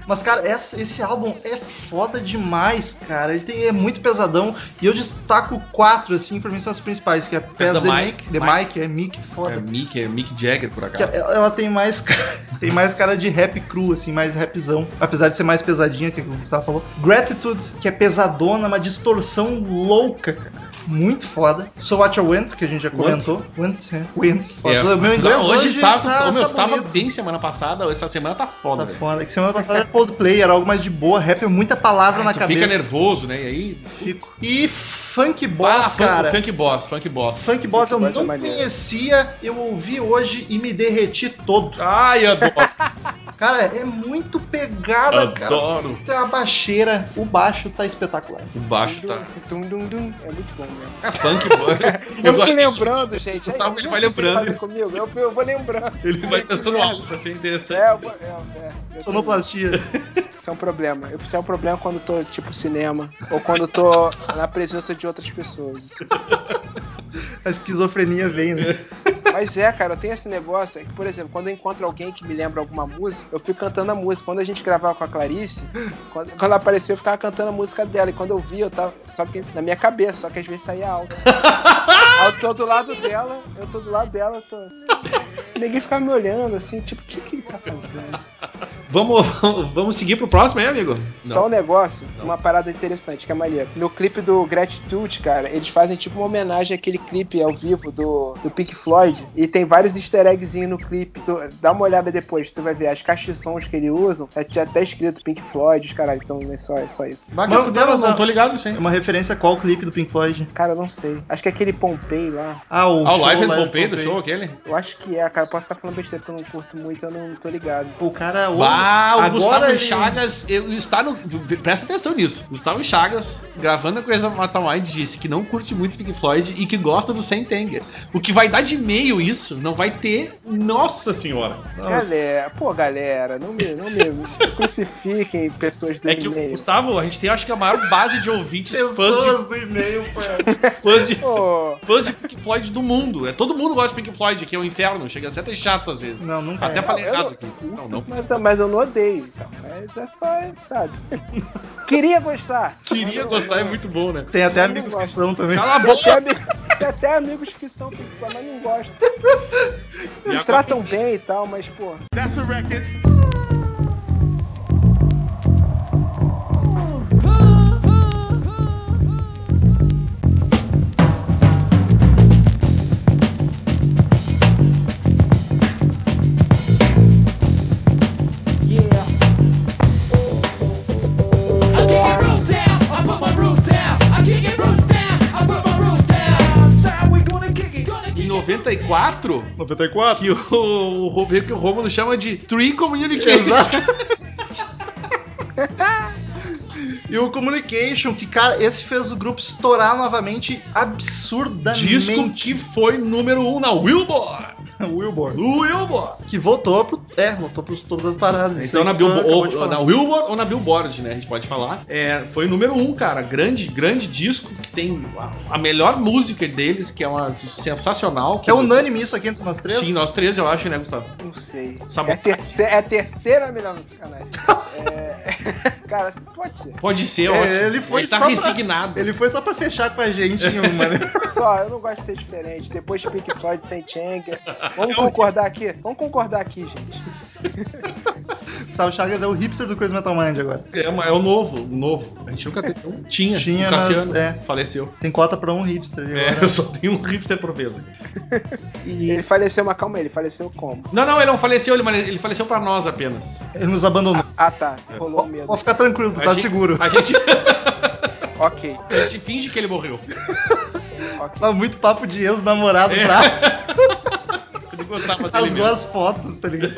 Mas, cara, essa- esse álbum é foda demais, cara. Ele tem- é muito pesadão. E eu destaco quatro, assim, pra mim são as principais, que é Pass the,
the Mic.
Mic, The Mic, é Mic,
é
foda.
Mick, é Mick Jagger, por
Que
acaso.
ela ela tem mais, ca- tem mais cara de rap cru, assim, mais rapzão. Apesar de ser mais pesadinha, que é o Gustavo falou. Gratitude, que é pesadona, uma distorção louca, cara. Muito foda. So What You Went, que a gente já comentou. Went, é. Went. Foda. O meu inglês
Não,
hoje,
hoje, tá, ô, meu,
tá
tava
bonito.
bem semana passada, essa semana tá foda,
Tá
velho.
foda. Que semana passada era Coldplay, era algo mais de boa. Rap é muita palavra na
Tu
cabeça.
fica nervoso, né? E aí.
Fico. E Funk
Ah,
Boss,
fun-
cara. Funk,
Funk boss, funk boss.
Boss eu
Funk Boss é
não
maneiro.
conhecia, eu ouvi hoje e me derreti todo.
Ai, adoro.
Cara, é muito pegada, cara.
Adoro.
Tem uma baixeira, o baixo tá espetacular.
O baixo tá.
Dum, dum, dum. É muito bom mesmo.
É funk boss. Eu
Eu, fui
gosto.
lembrando, gente.
Gustavo,
É,
ele vai
vocês
lembrando.
fazem Comigo. Eu, eu vou lembrando.
Ele vai pensando alto, assim, interessante.
É, eu vou- é, é.
Sonoplastia.
Isso é um problema. Eu- Isso é um problema quando eu tô, tipo, cinema. Ou quando eu tô na presença de outras pessoas. assim.
A esquizofrenia vem, né?
Mas é, cara, eu tenho esse negócio. É que, por exemplo, quando eu encontro alguém que me lembra alguma música, eu fico cantando a música. Quando a gente gravava com a Clarice, quando, quando ela apareceu, eu ficava cantando a música dela. E quando eu vi, eu tava. Só que na minha cabeça, só que às vezes saía alto. Aí eu tô do lado dela, eu tô do lado dela, eu tô. Ninguém ficava me olhando assim, tipo, o que, que ele tá fazendo?
Vamos, vamos seguir pro próximo aí, amigo?
Só um negócio, uma parada interessante, que é maneiro. No clipe do Gratitude, cara, eles fazem tipo uma homenagem àquele clipe ao vivo do, do Pink Floyd. E tem vários easter eggzinhos no clipe. Tu- dá uma olhada depois, tu vai ver as caixas de sons que eles usam. É, tinha até escrito Pink Floyd, os caralho, então é só, é só isso.
Vai,
Mas-
que fudeu,
mas-
não tô ligado nisso,
É
hein?
uma referência a qual clipe do Pink Floyd?
Cara, eu não sei. Acho que é aquele Pompei lá.
Ah, o,
Ah, o
show
Live
lá
and
de
Pompeii do
Pompeii.
show aquele?
Eu acho que é, cara. Eu posso estar falando besteira porque eu não curto muito, eu não tô ligado.
O cara. o-
Bah, o Gustavo
ele-
Chagas eu- está no. Presta atenção nisso. Gustavo Chagas, gravando a coisa Metal Mind, disse que não curte muito Pink Floyd e que gosta do Sentenga. O que vai dar de meio isso não vai ter. Nossa senhora!
Não,
Galera, pô, galera, não me, não me crucifiquem pessoas do
É que o
e-mail.
Gustavo, a gente tem acho que a maior base de ouvintes fãs
Pessoas do e-mail, pô.
de, fãs, de,
Pô,
fãs de Pink Floyd do mundo. É, todo mundo gosta de Pink Floyd, que é o inferno. Chega a ser até chato às vezes.
Não, nunca.
Até
é.
falei
eu
errado
não-
aqui.
curto,
Não, não.
Mas, mas eu não odeio, então. Mas é só, sabe? Queria gostar. mas
Queria
não-
gostar, é
não-
muito bom, né?
Tem até
Eu não
amigos que
gosto.
são também.
Cala a
Tem até,
boca!
ami- tem até amigos que são picuá, mas não gostam.
E a
Eles tratam bem e tal, mas, pô.
I kick it roof down, I put my roof down. I kick it roof down, I put my roof down. Time we gonna kick it, gonna kick
Em
it.
94,
94?
que o, o, que o Romulo chama de Tree Communication.
E o Communication, que, cara, esse fez o grupo estourar novamente absurdamente.
Disco que foi número 1 um na Wilbur.
Wilbur.
Wilbur.
Que voltou pro. É, voltou pros todos das paradas. Isso
Então
aí
na,
que tu
Bilbo,
acabou de
ou,
falar.
na Wilbur ou na Billboard, né? A gente pode falar. É, foi o número 1, um, cara. Grande, grande disco que tem a, a melhor música deles, que é uma sensacional. Que
É unânime isso aqui entre nós três?
Sim, nós três, eu acho, né, Gustavo?
Não sei.
Sabe-
É a, terce- é a terceira melhor no sacanagem. É... Cara, isso pode ser.
Pode ser,
É,
ótimo.
ele foi
tá
só pra-
resignado.
Ele foi só pra fechar com a gente em uma, né?
Só, eu não gosto de ser diferente. Depois de Pink Floyd, sem Chang. Vamos concordar aqui? Vamos concordar aqui, gente.
Gustavo Chagas é o hipster do Crazy Metal Mind agora.
É, uma- é o novo, o novo. A gente nunca teve um. Tinha,
Tinha,
o Cassiano
mas, é.
faleceu.
Tem cota pra um hipster
É,
agora.
eu só tenho um hipster por vez. aqui.
E
Ele faleceu, mas calma aí, ele faleceu como?
Não, não, ele não faleceu, ele, mane- ele faleceu pra nós apenas.
ele nos abandonou.
Ah tá, rolou o medo.
Pode ficar tranquilo, tu
A
tá
gente-
seguro.
A gente,
Ok,
a gente finge que ele morreu.
ok.
Tá muito papo de ex-namorado
É.
pra
Ele gostava dele
as
mesmo.
duas fotos, tá ligado?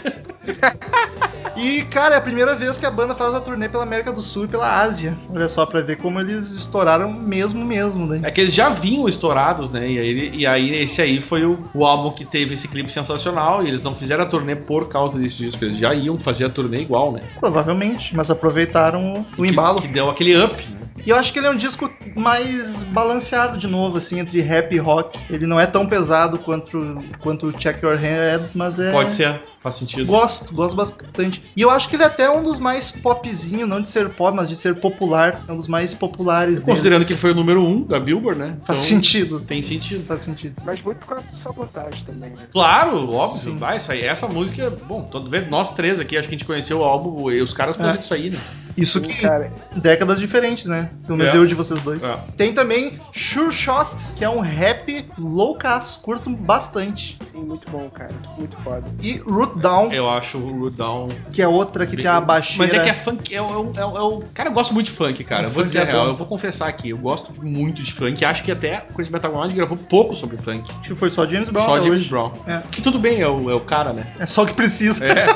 E, cara, é a primeira vez que a banda faz a turnê pela América do Sul e pela Ásia. Olha só, pra ver como eles estouraram mesmo, mesmo, né?
É que eles já vinham estourados, né? E aí, e aí esse aí foi o, o álbum que teve esse clipe sensacional. E eles não fizeram a turnê por causa desse disco. Eles já iam fazer a turnê igual, né?
Provavelmente, mas aproveitaram o- o embalo.
Que, que deu aquele up, né?
E eu acho que ele é um disco mais balanceado de novo, assim, entre rap e rock. Ele não é tão pesado quanto, quanto o Check Your Head, mas é.
Pode ser, faz sentido.
Gosto, gosto bastante. E eu acho que ele é até um dos mais popzinho, não de ser pop, mas de ser popular. É um dos mais populares deles.
Considerando que ele foi o número um da Billboard, né?
Faz sentido.
Tem sentido.
Faz sentido.
Mas muito por causa do sabotagem também, né?
Claro, óbvio.
Sim.
Vai, isso aí. Essa música, bom, todo vendo nós três aqui, acho que a gente conheceu o álbum e os caras por causa
É.
disso aí, né?
Isso
Sim,
que
cara.
décadas diferentes, né? Pelo menos
É.
eu de vocês dois.
É.
Tem também Sure Shot, que é um rap loucaço, curto bastante.
Sim, muito bom, cara. Muito foda.
E Root Down,
Eu acho o Root Down.
que é outra que
bem-
tem uma baixeira.
Mas é que é funk. É, o- é, o- é, o- é o- Cara, eu gosto muito de funk, cara.
O
Eu vou
funk
dizer a
é
real.
bom.
Eu vou confessar aqui. Eu gosto muito de funk. Acho que até o Chris Metal Mind gravou pouco sobre funk.
Acho que foi só James Brown
Só
até
James
hoje.
Brown.
É.
Que tudo bem, é o, é o cara, né?
É só o que precisa.
É.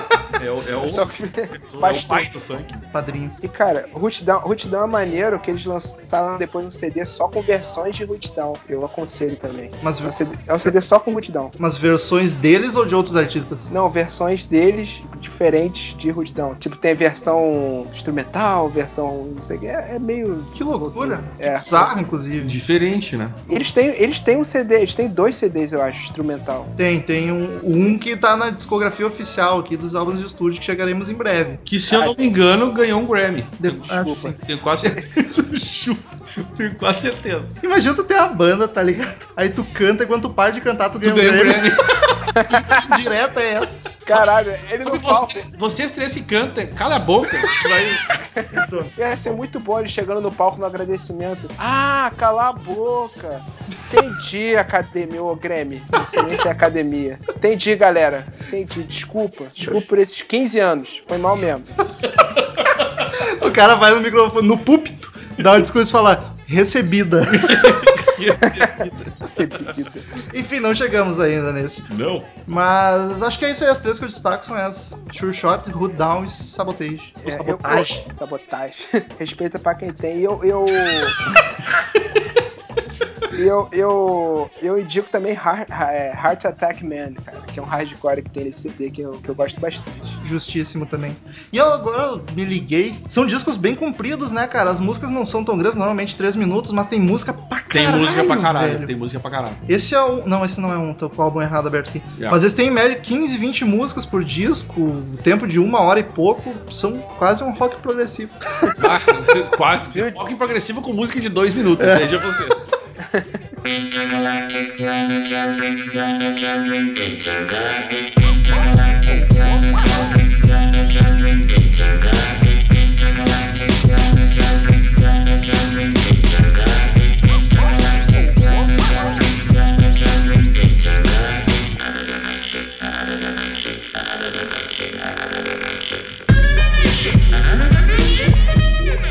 É o, é o,
Só que...
é o pai do funk.
Padrinho.
E cara, Root Down, Root Down é maneiro que eles lançaram depois um CD só com versões de Root Down. Eu aconselho também.
Mas,
É um CD, é um CD só com Root Down.
mas versões deles ou de outros artistas?
Não, versões deles diferentes de Root Down. Tipo, tem versão instrumental, versão não sei o que. É, é meio.
Que loucura.
É.
Bizarro, inclusive.
Diferente, né?
Eles têm, eles têm um CD, eles têm dois CDs, eu acho, instrumental.
Tem, tem um, um que tá na discografia oficial aqui dos álbuns de estúdio que chegaremos em breve.
Que se eu
Ah,
não me engano, ganhou um Grammy.
De-
Desculpa.
ah, sim.
Tenho quase certeza. Tenho quase certeza.
Imagina tu ter a banda, tá ligado? Aí tu canta, e quando tu para de cantar, tu ganha
Tu
um
ganhou o
Grammy.
Grammy.
Que indireta é essa?
Caralho, ele
Sabe você,
não falta.
vocês três que cantam, cala a boca.
Vai- Só-
Ia ser É, muito bom ele chegando no palco no agradecimento. Ah, cala a boca. Entendi, academia, ô Grêmio. Não sei nem se é academia. Entendi, galera. Entendi, desculpa. Desculpa por esses 15 anos. Foi mal mesmo.
O cara vai no microfone, no púlpito, dá um discurso e fala, recebida.
Ser pedida.
Enfim, não chegamos ainda nesse.
Não.
Mas acho que é isso aí, as três que eu destaco são essas. Sure Shot, Hood Down e Sabotage.
É, eu-
sabotagem.
eu- sabotagem. Respeita pra quem tem. E Eu. Eu, E eu, eu, eu indico também Heart, é, Heart Attack Man, cara, que é um hardcore que tem nesse CD que eu, que eu gosto bastante.
Justíssimo também. E eu agora eu me liguei. São discos bem compridos, né, cara? As músicas não são tão grandes, normalmente três minutos, mas tem música pra
Tem
caralho.
música pra caralho,
velho.
tem música pra caralho. é
Esse é um. Não, esse não é um, tô com o álbum errado aberto aqui.
Yeah.
Mas eles têm em média 15, 20 músicas por disco, o tempo de uma hora e pouco, são quase um rock progressivo.
Ah, quase. Rock progressivo com música de dois minutos,
É.
veja você.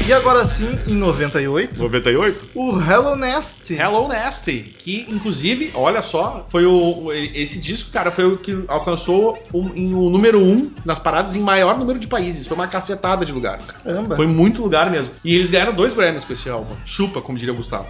E agora sim, em 98,
98?
o Hello Nest.
Hello Nasty, que inclusive, olha só, foi o o- esse disco, cara, foi o que alcançou o em o número um nas paradas em maior número de países. Foi uma cacetada de lugar. cara.
Caramba.
Foi muito lugar mesmo. E eles ganharam dois Grammys com esse álbum. Chupa, como diria o Gustavo.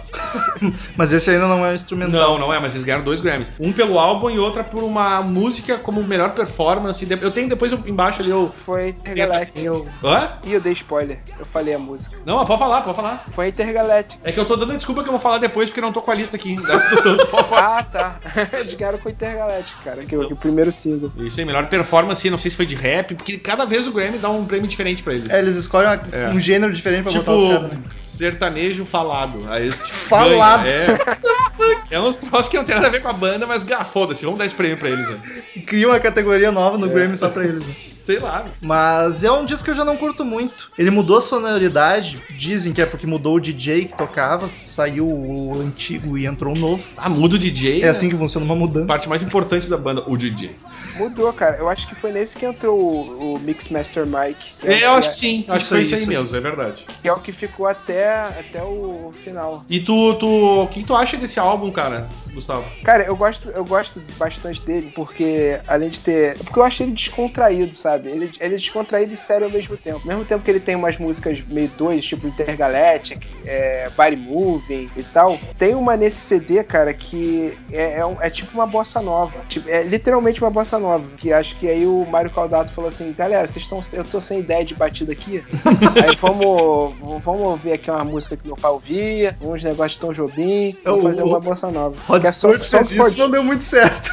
Mas esse ainda não é um instrumental.
Não, não é, mas eles ganharam dois Grammys. Um pelo álbum e outra por uma música como melhor performance. De- Eu tenho depois eu- embaixo ali o.
Foi Intergalactic. Eu...
Hã?
Ih, eu dei spoiler. Eu falei a música.
Não, mas pode falar, pode falar.
Foi Intergalactic.
É que eu tô dando a desculpa que eu vou falar depois porque eu não tô com a lista aqui. Tô- tô-
Ah, tá. Eles ganharam com Intergalactic, cara, que é o que é o primeiro single.
Isso aí, melhor performance, não sei se foi de rap, porque cada vez o Grammy dá um prêmio diferente pra eles.
É, eles escolhem uma-
É.
um gênero diferente pra
tipo,
botar os caras, né?
sertanejo falado. Aí, eles, tipo,
Falado.
ganha. É. é uns troços que não tem nada a ver com a banda, mas ah, foda-se, vamos dar esse prêmio pra eles. né?
Cria uma categoria nova
É.
no Grammy só pra eles. né?
Sei lá.
Mas é um disco que eu já não curto muito. Ele mudou a sonoridade, dizem que é porque mudou o DJ que tocava, saiu o antigo e entrou o novo.
Ah, muda o DJ.
É assim que funciona uma
a
mudança.
parte mais importante da banda, o DJ.
Mudou, cara. Eu acho que foi nesse que entrou o, o Mixmaster Mike. que
É,
o
eu
que
acho que sim, acho que foi
aí,
isso aí
isso aí.
mesmo, é verdade.
que é o que ficou até, até o final.
E tu, tu, o que tu acha desse álbum, cara, Gustavo?
Cara, eu gosto, eu gosto bastante dele, porque além de ter. Porque eu acho ele descontraído, sabe? Ele, ele é descontraído e sério ao mesmo tempo. Ao mesmo tempo que ele tem umas músicas meio dois, tipo Intergalactic, é, Body Moving e tal, tem uma nesse CD, cara, que é, é, um- é tipo uma bossa nova. Tipo, é literalmente uma bossa nova. Que acho que aí o Mário Caldato falou assim: galera, vocês estão. Eu tô sem ideia de batida aqui. aí vamos, vamos ouvir aqui uma música que meu pai ouvia, uns negócios de Tom Jobim,
É O-
vamos fazer
o-
uma bossa nova.
Rod
Que é
Stewart
só
fez
o Ford-
isso não deu muito certo.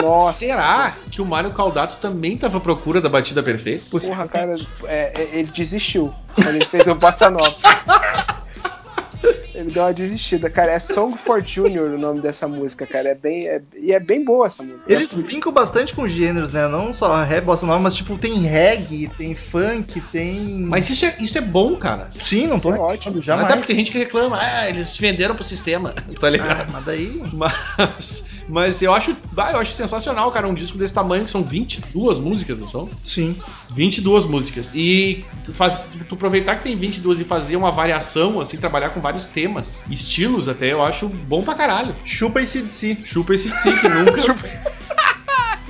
Nossa.
Será que o Mário Caldato também tava à procura da batida perfeita?
Porra, cara, é, é, ele desistiu quando ele fez o Bossa Nova. Ele deu uma desistida, cara. É Song for Junior o nome dessa música, cara. É bem, é- e é bem boa essa música.
Eles brincam bastante com gêneros, né? Não só rap, bossa nova, mas tipo, tem reggae, tem funk, tem...
Mas isso é, isso é bom, cara.
Sim, não tô
É
reclamando,
ótimo.
jamais.
Até porque tem gente que reclama, ah, eles se venderam pro sistema, tá ligado?
Ah, mas daí...
Mas, mas eu acho, ah, eu acho sensacional, cara, um disco desse tamanho, que são 22 músicas, não são?
Sim.
22 músicas. E tu, faz, tu aproveitar que tem 22 e fazer uma variação, assim, trabalhar com vários temas, estilos até, eu acho bom pra caralho.
Chupa e CDC.
Chupa esse que nunca.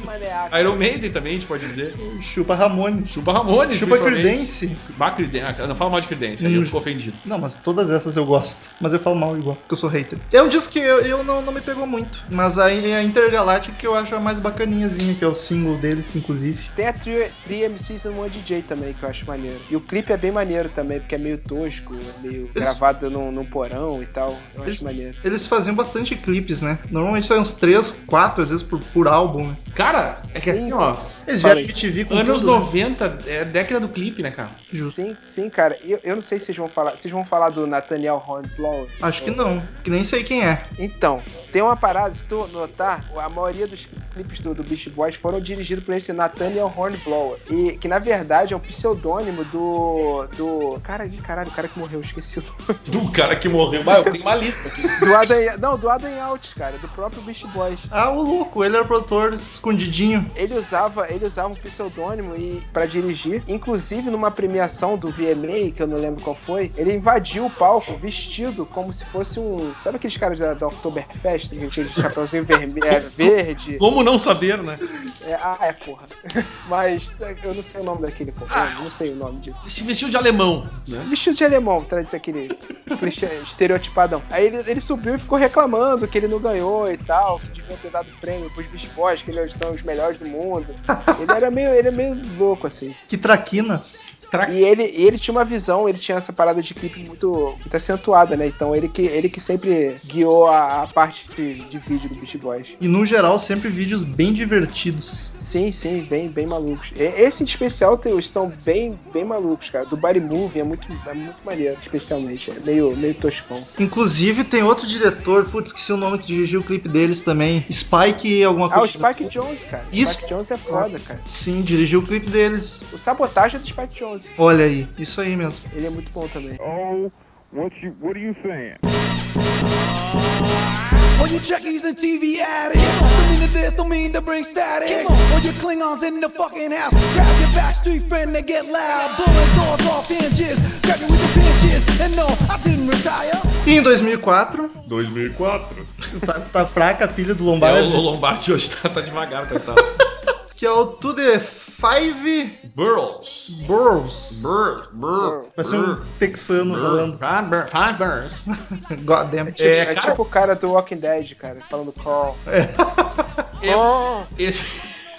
Maneaco.
Iron Maiden também, a gente pode dizer.
Chupa Ramones.
Chupa Ramones,
Chupa
principalmente.
Creedence.
Ah, Creedence. Ah, não fala mal de Creedence, aí eu fico ofendido.
Não, mas todas essas eu gosto. Mas eu falo mal igual, porque eu sou hater. É um disco que eu, eu não, não me pegou muito. Mas a, a Intergalactic que eu acho a mais bacaninhazinha, que é o single deles, inclusive.
Tem a Three, Three MCs and One DJ também, que eu acho maneiro. E o clipe é bem maneiro também, porque é meio tosco, é meio gravado num, num porão e tal. Eu acho
Eles-
maneiro.
Eles faziam bastante clipes, né? Normalmente saem uns 3, 4, às vezes por, por álbum, né?
Cara, é que
Sim.
assim, ó,
Eles vieram
Falei.
MTV com
Anos
tudo, né?
90, é década do clipe, né, cara?
Sim, sim, cara. Eu, eu não sei se vocês vão falar. Vocês vão falar do Nathaniel Hornblower?
Acho que não, que nem sei quem é.
Então, tem uma parada, se tu notar, a maioria dos clipes do, do Beast Boys foram dirigidos por esse Nathaniel Hornblower. E que na verdade é um pseudônimo do. do. Cara, ih, caralho, o cara que morreu, esqueci o nome.
Do cara que morreu. Bah, eu tenho uma lista aqui.
Do Adam. Não, do Adam Alt, cara, do próprio Beast Boys.
Ah, o louco, ele era produtor escondidinho.
Ele usava, ele usava um pseudônimo e para dirigir, inclusive numa premiação do VMA, que eu não lembro qual foi, ele invadiu o palco vestido como se fosse um, sabe aqueles caras da, da Oktoberfest, aquele chapeuzinho verme- é, verde?
Como não saber, né?
É, ah, é porra. Mas é, eu não sei o nome daquele, pô. Eu não sei o nome disso.
Se vestiu de alemão, né?
Vestido de alemão, traz aquele clichê estereotipadão. Aí ele, ele subiu e ficou reclamando que ele não ganhou e tal, que deviam ter dado prêmio pros Beast Boys, que eles são os melhores do mundo. Ele era meio, ele é meio louco, assim.
Que traquinas.
Tra-
E ele, e ele tinha uma visão, ele tinha essa parada de clipe muito, muito acentuada, né? Então ele que, ele que sempre guiou a, a parte de, de vídeo do Beast Boys.
E no geral, sempre vídeos bem divertidos.
Sim, sim, bem, bem malucos. E- Esse em especial tem, os são bem, bem malucos, cara. Do Body Movie é muito, é muito maneiro, especialmente. É meio, meio toscão.
Inclusive, tem outro diretor, putz, esqueci o nome que dirigiu o clipe deles também. Spike, alguma
Ah, o
coisa.
Spike Jones, cara. O
Isso.
Spike Jones é foda, cara.
Sim, dirigiu o clipe deles.
O sabotagem é do Spike Jones.
Olha aí, isso aí mesmo.
Ele é muito bom também.
Oh, once you, what are you saying?
All you Trekkies and TV addicts Don't mean to this, don't mean to bring static All you Klingons in the fucking house Grab your backstreet friend and get loud Blowing doors off hinges Cracking with the pinches And no, I didn't retire
E em 2004,
2004.
tá, tá fraca a filha do
É,
Lombardi,
o Lombardi hoje tá, tá devagar, coitado.
que é o To The Five
Burls.
Bros.
Burls. Burls.
Vai ser um texano falando.
Five Burls.
God damn it.
Tipo-
É,
é
cara-
tipo o cara do Walking Dead, cara, falando call.
É. Esse,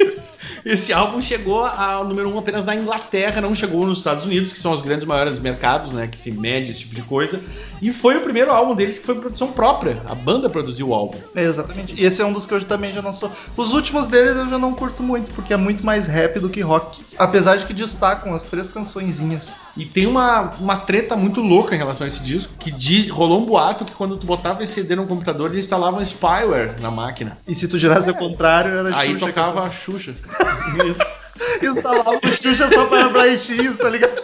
esse álbum chegou ao número um apenas na Inglaterra, não chegou nos Estados Unidos, que são os grandes maiores mercados, né? Que se mede esse tipo de coisa. E foi o primeiro álbum deles que foi produção própria. A banda produziu o álbum.
É, exatamente. E esse é um dos que eu também já não sou. Os últimos deles eu já não curto muito, porque é muito mais rap do que rock. Apesar de que destacam as três cançõezinhas.
E tem uma, uma treta muito louca em relação a esse disco, que di- rolou um boato que quando tu botava esse CD no computador, eles instalavam spyware na máquina.
E se tu girasse ao contrário, era
Aí
Xuxa que
tocava a Xuxa. Isso.
eu- Instalava o Xuxa só para Bright X, tá ligado?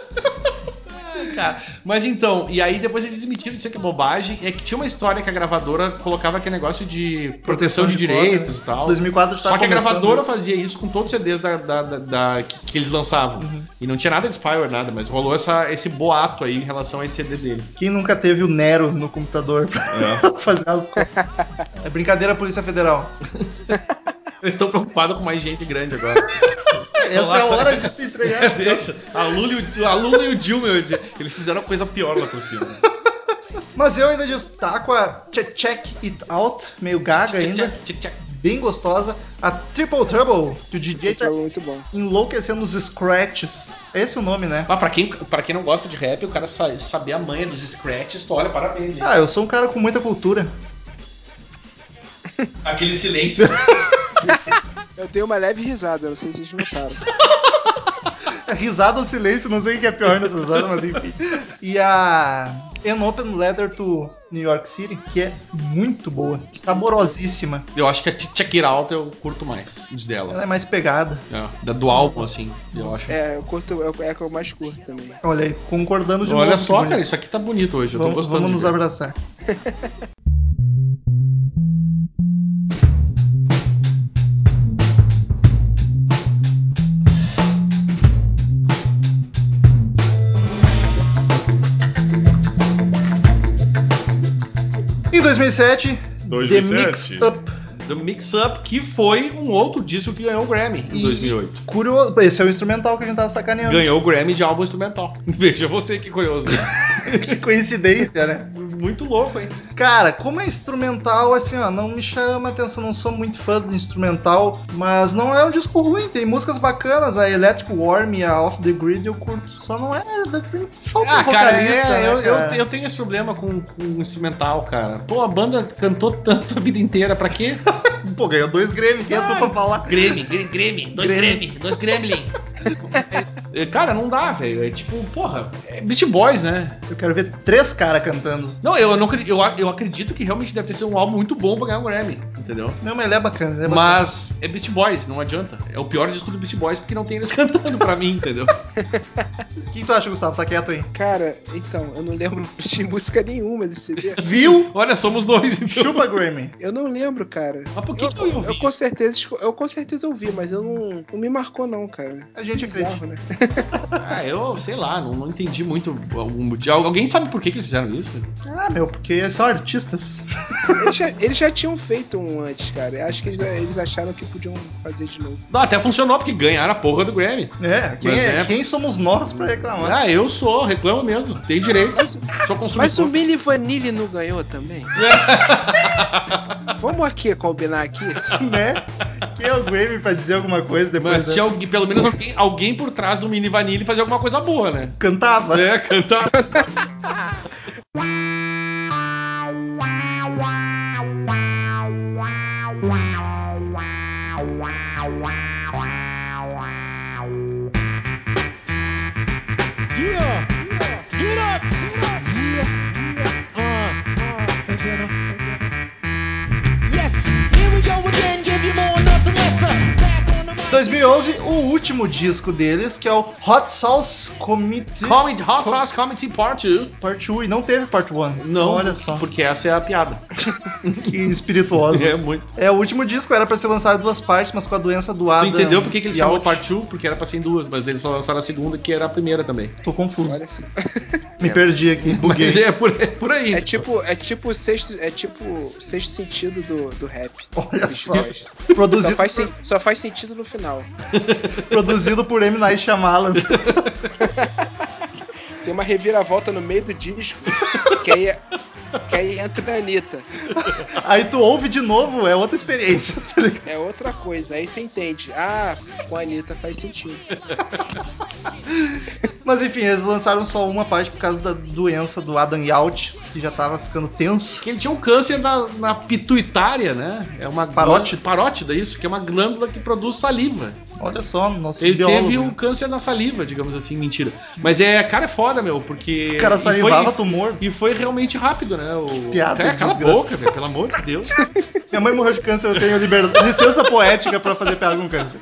Cara, mas então, e aí depois eles demitiram, isso aqui é bobagem, é que tinha uma história que a gravadora colocava aquele negócio de proteção, de,
de cópia,
direitos e
né?
tal.
2004 já
Só
tava
que a
começando
é gravadora
isso.
fazia isso com todos os CDs da, da- da- da- que, que eles lançavam. E não tinha nada de spyware, nada, mas rolou essa, esse boato aí em relação a esse CD deles.
Quem nunca teve o Nero no computador pra fazer as coisas? É brincadeira, Polícia Federal.
Eles estão preocupados com mais gente grande agora.
Essa é a hora de se entregar.
Deixa. A Lula e o, a Lula e o Dilma, eu ia dizer, eles fizeram a coisa pior lá por cima.
Mas eu ainda destaco a Che- Check It Out, meio gaga ainda,
Tchac, tchac.
bem gostosa. A Triple Trouble, que o DJ
Esse
tá
jogo é muito bom.
enlouquecendo os scratches. É esse o nome, né?
Mas pra quem, pra quem não gosta de rap, o cara sa- saber a manha dos scratches, tu olha, parabéns, hein?
Ah, eu sou um cara com muita cultura.
Aquele silêncio.
Eu dei uma leve risada, não sei se vocês notaram.
Risada ou silêncio, não sei o que é pior nessas horas, mas enfim. E a An Open Letter to New York City, que é muito boa, saborosíssima.
Eu acho que a Tchakira Alta eu curto mais de delas.
Ela é mais pegada.
É, da do álbum, assim, eu acho.
É, eu curto, eu- é a que eu mais curto também.
Olha aí, concordando de novo.
Olha
que
só,
bonito.
cara, isso aqui tá bonito hoje. Eu tô
Vamos,
gostando.
vamos
de
nos
ver.
abraçar. Em 2007,
2007.
The Mix Up.
The Mix Up, que foi um outro disco que ganhou o Grammy em
E-
2008.
Curioso, esse é o instrumental que a gente tava sacaneando.
Ganhou o Grammy de álbum instrumental. Veja você que curioso.
Que coincidência, né?
Muito louco, hein?
Cara, como é instrumental, assim, ó, não me chama atenção, não sou muito fã do instrumental, mas não é um disco ruim, tem músicas bacanas, a Electric Warm e a Off the Grid eu curto, só não é. Falta um
Ah, cara,
vocalista.
é,
né,
eu, eu-
cara?
eu tenho esse problema com, com instrumental, cara. Pô, a banda cantou tanto a vida inteira, pra quê?
Pô, ganhou dois Grêmio, quem é tu pra falar?
Grêmio, Grêmio, Grêmio, dois
Grêmio.
Grêmio, dois Gremlin. É, Cara, não dá, velho. É tipo, porra, é Beast Boys, né?
Eu quero ver três caras cantando.
Não, eu, não, acre- eu, a- eu acredito que realmente deve ter sido um álbum muito bom pra ganhar um Grammy, entendeu?
Não, mas ele é bacana, ele é bacana.
Mas é Beast Boys, não adianta. É o pior disco do Beast Boys porque não tem eles cantando pra mim, entendeu?
O que tu acha, Gustavo? Tá quieto aí.
Cara, então, eu não lembro de música nenhuma desse CD.
Viu?
Olha, somos dois, então.
Chupa Grammy.
Eu não lembro, cara.
Mas por que
Eu,
que eu ia ouvir
eu com certeza, esco- eu com certeza ouvi, mas eu não, não me marcou não, cara.
A gente
Tipo
acredita.
Bizarro, né?
Ah, eu sei lá, não, não entendi muito algum motivo. Alguém sabe por que, que eles fizeram isso?
Ah, meu, porque são artistas.
Eles já, eles já tinham feito um antes, cara. Eu Acho que eles, eles acharam que podiam fazer de novo.
Não, até funcionou porque ganharam a porra do Grammy.
É, quem,
Mas
é-
é-
quem somos nós pra reclamar?
Ah, eu sou, reclamo mesmo, tem direito. Sou consumidor.
Mas o Billy Vanille não ganhou também? Vamos aqui combinar aqui?
né? Quem é o Grammy pra dizer alguma coisa depois?
Mas
Né?
tinha alguém, pelo menos alguém, alguém por trás do Mini Vanille fazer alguma coisa boa, né?
Cantava.
É, cantar.
Yes, here we go again, give you more, nothing lesser. Back on the mic.
2011, o último disco deles, que é o Hot Sauce Committee
Comedy, Hot Sauce Comedy Part 2.
Part 1, e não teve Part 1.
Não,
Olha só,
porque essa é a piada.
que espirituosos.
É muito.
É, o último disco era pra ser lançado em duas partes, mas com a doença do
Tu
Adam...
entendeu por que, que eles chamam
Yacht,
Part 2? Porque era pra ser em duas, mas eles só lançaram a segunda, que era a primeira também.
Tô confuso.
Olha só.
Me perdi aqui, buguei.
Mas é por, é por aí.
É tipo, é tipo o sexto, é tipo o sexto sentido do, do rap.
Olha
Dos
só.
boys.
é.
Só
Produzido,
faz, sen- só faz sentido no final.
produzido por M. Night Shyamalan.
Tem uma reviravolta no meio do disco que aí, é, que aí entra a Anitta.
Aí tu ouve de novo, é outra experiência, tá ligado?
É outra coisa, aí você entende. Ah, com a Anitta faz sentido.
Mas enfim, eles lançaram só uma parte por causa da doença do Adam Yaut, que já tava ficando tenso.
Que ele tinha um câncer na, na pituitária, né? É uma
Parótida.
glân- parótida isso, que é uma glândula que produz saliva.
Olha só, nosso
Ele
biólogo. né?
teve um câncer na saliva, digamos assim, mentira. Mas é, cara, é foda, meu, porque.
O cara
e foi-
salivava tumor.
E foi realmente rápido, né? O...
piada,
cara, cala a
desgraça.
boca, velho, pelo amor de Deus.
Minha mãe morreu de câncer, eu tenho liberdade. licença poética pra fazer piada com câncer.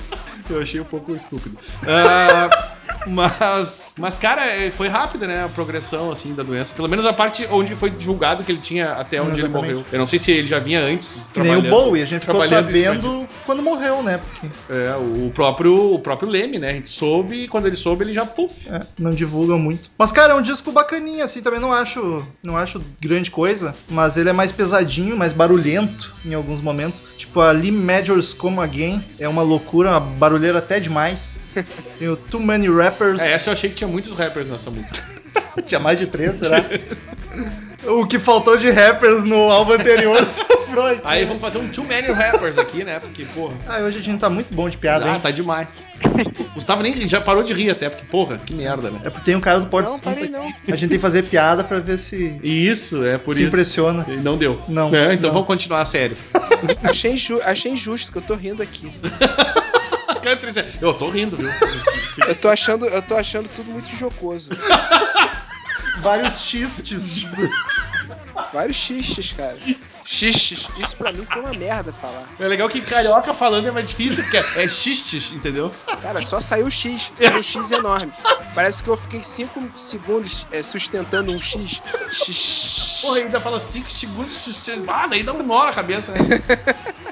Eu achei um pouco estúpido. Ah, mas, mas, cara, é, foi rápida, né? A progressão, assim, da doença. Pelo menos a parte onde foi julgado que ele tinha até onde ele
Exatamente.
morreu. Eu não sei se ele já vinha antes.
Que nem o
trabalhando-
Bowie, a gente ficou
trabalhando em cima
sabendo quando morreu, né? Porque
É, o próprio, o próprio Leme, né? A gente soube, e quando ele soube, ele já puf.
é, não divulgam muito. Mas, cara, é um disco bacaninha, assim, também não acho, não acho grande coisa. Mas ele é mais pesadinho, mais barulhento em alguns momentos. Tipo, a Lee Majors Como Again é uma loucura, uma barulheira até demais. Tem o Too Many Rappers.
É, essa eu achei que tinha muitos rappers nessa música.
Tinha mais de três, será? o que faltou de rappers no álbum anterior sobrou aqui.
Aí vamos fazer um Too Many Rappers aqui, né? Porque, porra.
Ah, hoje a gente tá muito bom de piada,
Ah,
hein?
tá demais. Gustavo nem já parou de rir até, porque, porra, que merda, né?
É porque tem um cara do Porto
Não,
Santos
parei
aqui.
não.
A gente tem que fazer piada pra ver se
E isso, é por
se
isso.
impressiona.
E Não deu.
Não,
É, então
não.
vamos continuar a série.
Achei, inju- achei injusto que eu tô rindo aqui.
Cara, triste. Eu tô rindo, viu?
Eu tô achando, eu tô achando tudo muito jocoso.
Vários xistes.
Vários xistes, cara. Xistes. Isso pra mim foi uma merda falar.
É legal que carioca falando é mais difícil, porque é xistes, entendeu?
Cara, só saiu o X. Saiu um X enorme. Parece que eu fiquei 5 segundos é, sustentando um X. X.
Porra, ainda fala 5 segundos, xiste. ah, daí dá um nó na cabeça, né?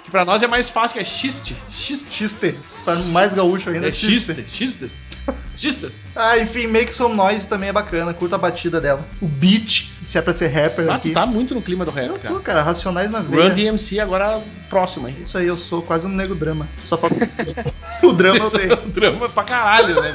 que pra nós é mais fácil, que é xiste. Xiste.
Xiste. Se torna mais gaúcho ainda.
É xiste. Xistes. Xistes.
Ah, enfim, Make Some Noise também é bacana. Curta a batida dela. O beat, se é pra ser rapper
Ah, tu
aqui.
tá muito no clima do rap,
Eu
cara.
tô, cara. Racionais na veia. É
Run DMC agora próximo, hein?
Isso aí, eu sou quase um nego drama. Só falta... o drama eu tenho.
Drama pra caralho, né?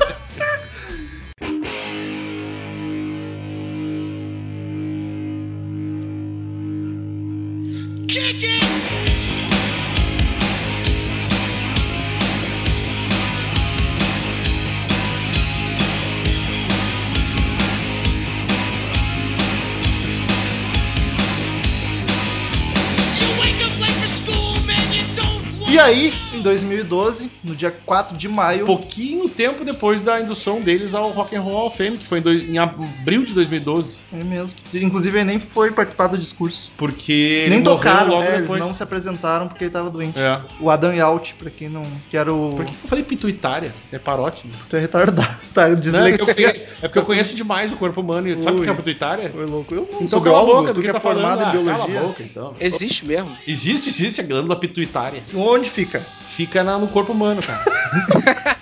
You wake up late for school, man, you don't
aí, em 2012, no dia 4 de maio,
Um Pouquinho tempo depois da indução deles ao Rock and Roll Hall of Fame, que foi em, dois- em abril de 2012.
ele é mesmo, inclusive ele nem foi participar do discurso.
Porque
nem
ele morreu
tocaram,
logo
né? Eles
depois.
não se apresentaram porque ele tava doente.
É.
O Adam Yaut, pra quem não. que era o.
Por que que eu falei pituitária? É parótido.
Tu é retardado, tá?
Não, é, porque eu
Dislexia.
conhe- é porque eu conheço demais o corpo humano. E sabe o que é
Ui.
pituitária?
Foi louco. Eu não
Então
sou
cala a
biólogo,
boca,
tu
do
que é
tá falando.
formado
Ah,
em
Cala a
biologia.
boca, então.
Existe mesmo?
Existe, existe a glândula pituitária.
Onde fica?
Fica na- no corpo humano, cara.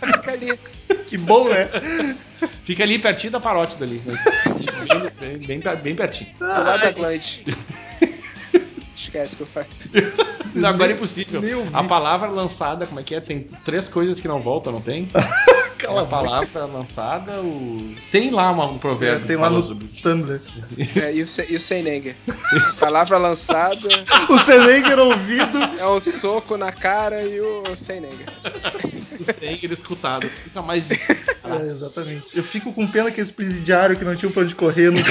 Fica ali.
Que bom, né?
Fica ali pertinho da parótida ali. né? Bem, bem- bem- bem pertinho.
Do lado da glande. Esquece que eu falei.
Não, agora é impossível.
nem ouvi.
A palavra lançada, como é que é? Tem três coisas que não voltam, não tem? É
Cala a
a palavra lançada, o. Tem lá uma- um
É,
provérbio.
tem
que
lá
fala
no
sobre-
Tumblr.
É, e o Se- e o Seinenger. Palavra lançada,
O Senenger ouvido.
é um soco na cara e o Seinenger.
o Stenger é escutado. Fica mais. de-
É, exatamente. Eu fico com pena que esse presidiário que não tinha pra onde correr no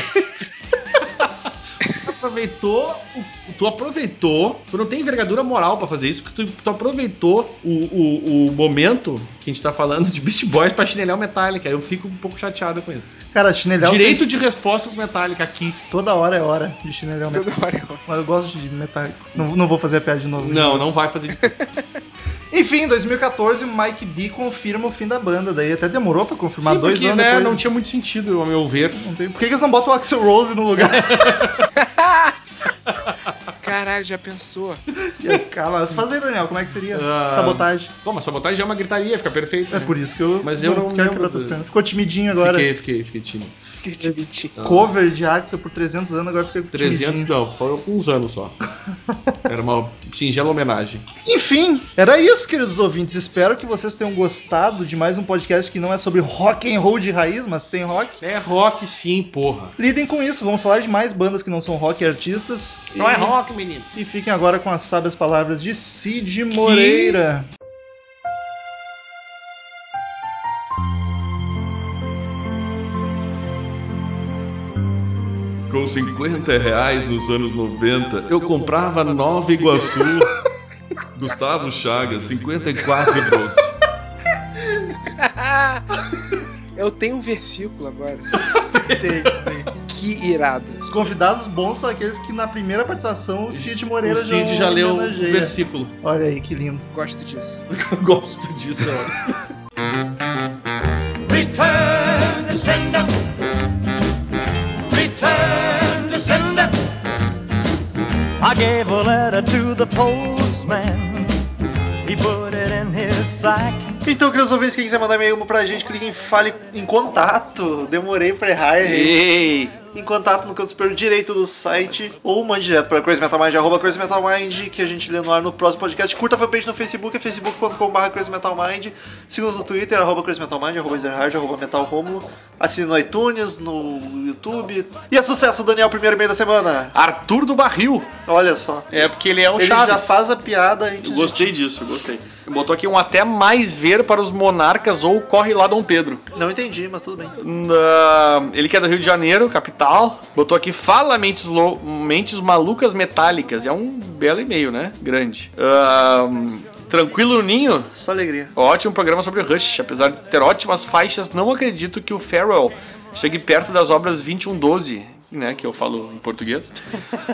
aproveitou, o- tu aproveitou, tu não tem envergadura moral pra fazer isso, porque tu, tu aproveitou o, o, o momento que a gente tá falando de Beast Boys pra chinelhar o Metallica. Eu fico um pouco chateado com isso.
Cara, chinelhão
Direito de resposta pro Metallica aqui.
sempre- toda hora é hora de chinelhão
Toda
metálico.
hora eu...
Mas eu gosto de metálico. Não, não vou fazer a piada de novo. né?
Não, não vai fazer. de-
Enfim, em 2014, Mike D confirma o fim da banda. Daí até demorou pra confirmar
Sim,
dois
porque,
anos
né,
depois.
não tinha muito sentido, ao meu ver.
Não tem- Por que, que eles não botam o Axel Rose no lugar?
Caralho, já pensou?
Ia ficar lá. Mas faz aí, Daniel, como é que seria?
Ah.
Sabotagem.
Bom, mas sabotagem é uma gritaria, fica perfeito.
É
né?
por isso que eu,
Mas eu não
quero
lembro
quebrar tuas
do-
pernas. Ficou timidinho agora.
Fiquei, fiquei, fiquei tímido.
Que divertido.
Cover de Axel por 300 anos, agora fica
300
timidinho.
não, foram uns anos só. Era uma singela homenagem.
Enfim, era isso, queridos ouvintes. Espero que vocês tenham gostado de mais um podcast que não é sobre rock and roll de raiz, mas tem rock.
É rock sim, porra.
Lidem com isso, vamos falar de mais bandas que não são rock e artistas.
Só
e,
é rock, menino.
E fiquem agora com as sábias palavras de Cid Moreira.
Com 50 reais nos anos 90, eu comprava Nova Iguaçu, Gustavo Chagas, 54 doce.
Eu tenho um versículo agora.
Tem, tem.
Que irado.
Os convidados bons são aqueles que na primeira participação o Cid
O
Moreira
Cid já leu o
homenageia.
versículo.
Olha aí que lindo.
Gosto disso.
Eu gosto disso.
Return to sender. Return to sender. I gave a letter to the postman. He put it in his sack.
Então, queridos ouvintes, quem quiser mandar e-mail pra gente, clique em Fale em Contato. Demorei pra errar, errei.
Ei!
Em contato no canto superior direito do site ou mande direto para crazymetalmind, arroba crazymetalmind, que a gente lê no ar no próximo podcast. Curta a fanpage no Facebook, é facebook.com.br crazymetalmind. Siga-nos no Twitter, arroba crazymetalmind, arroba zerhard, arroba metalromulo. Assine no iTunes, no YouTube. E é sucesso, Daniel, primeiro e-mail da semana.
Arthur do Barril.
Olha só.
É, porque ele é o
um
Ele
Chaves.
já faz a piada antes
Eu
de-
gostei disso, eu gostei. Botou aqui um até mais ver para os monarcas ou corre lá Dom Pedro.
Não entendi, mas tudo bem.
Na- ele que é do Rio de Janeiro, capital. Botou aqui fala mentes, lou- mentes malucas metálicas. É um belo e-mail, né? Grande. Ahn, tranquilo Ninho.
Só alegria.
Ótimo programa sobre o Rush. Apesar de ter ótimas faixas, não acredito que o Farewell chegue perto das obras 2112, né? Que eu falo em português.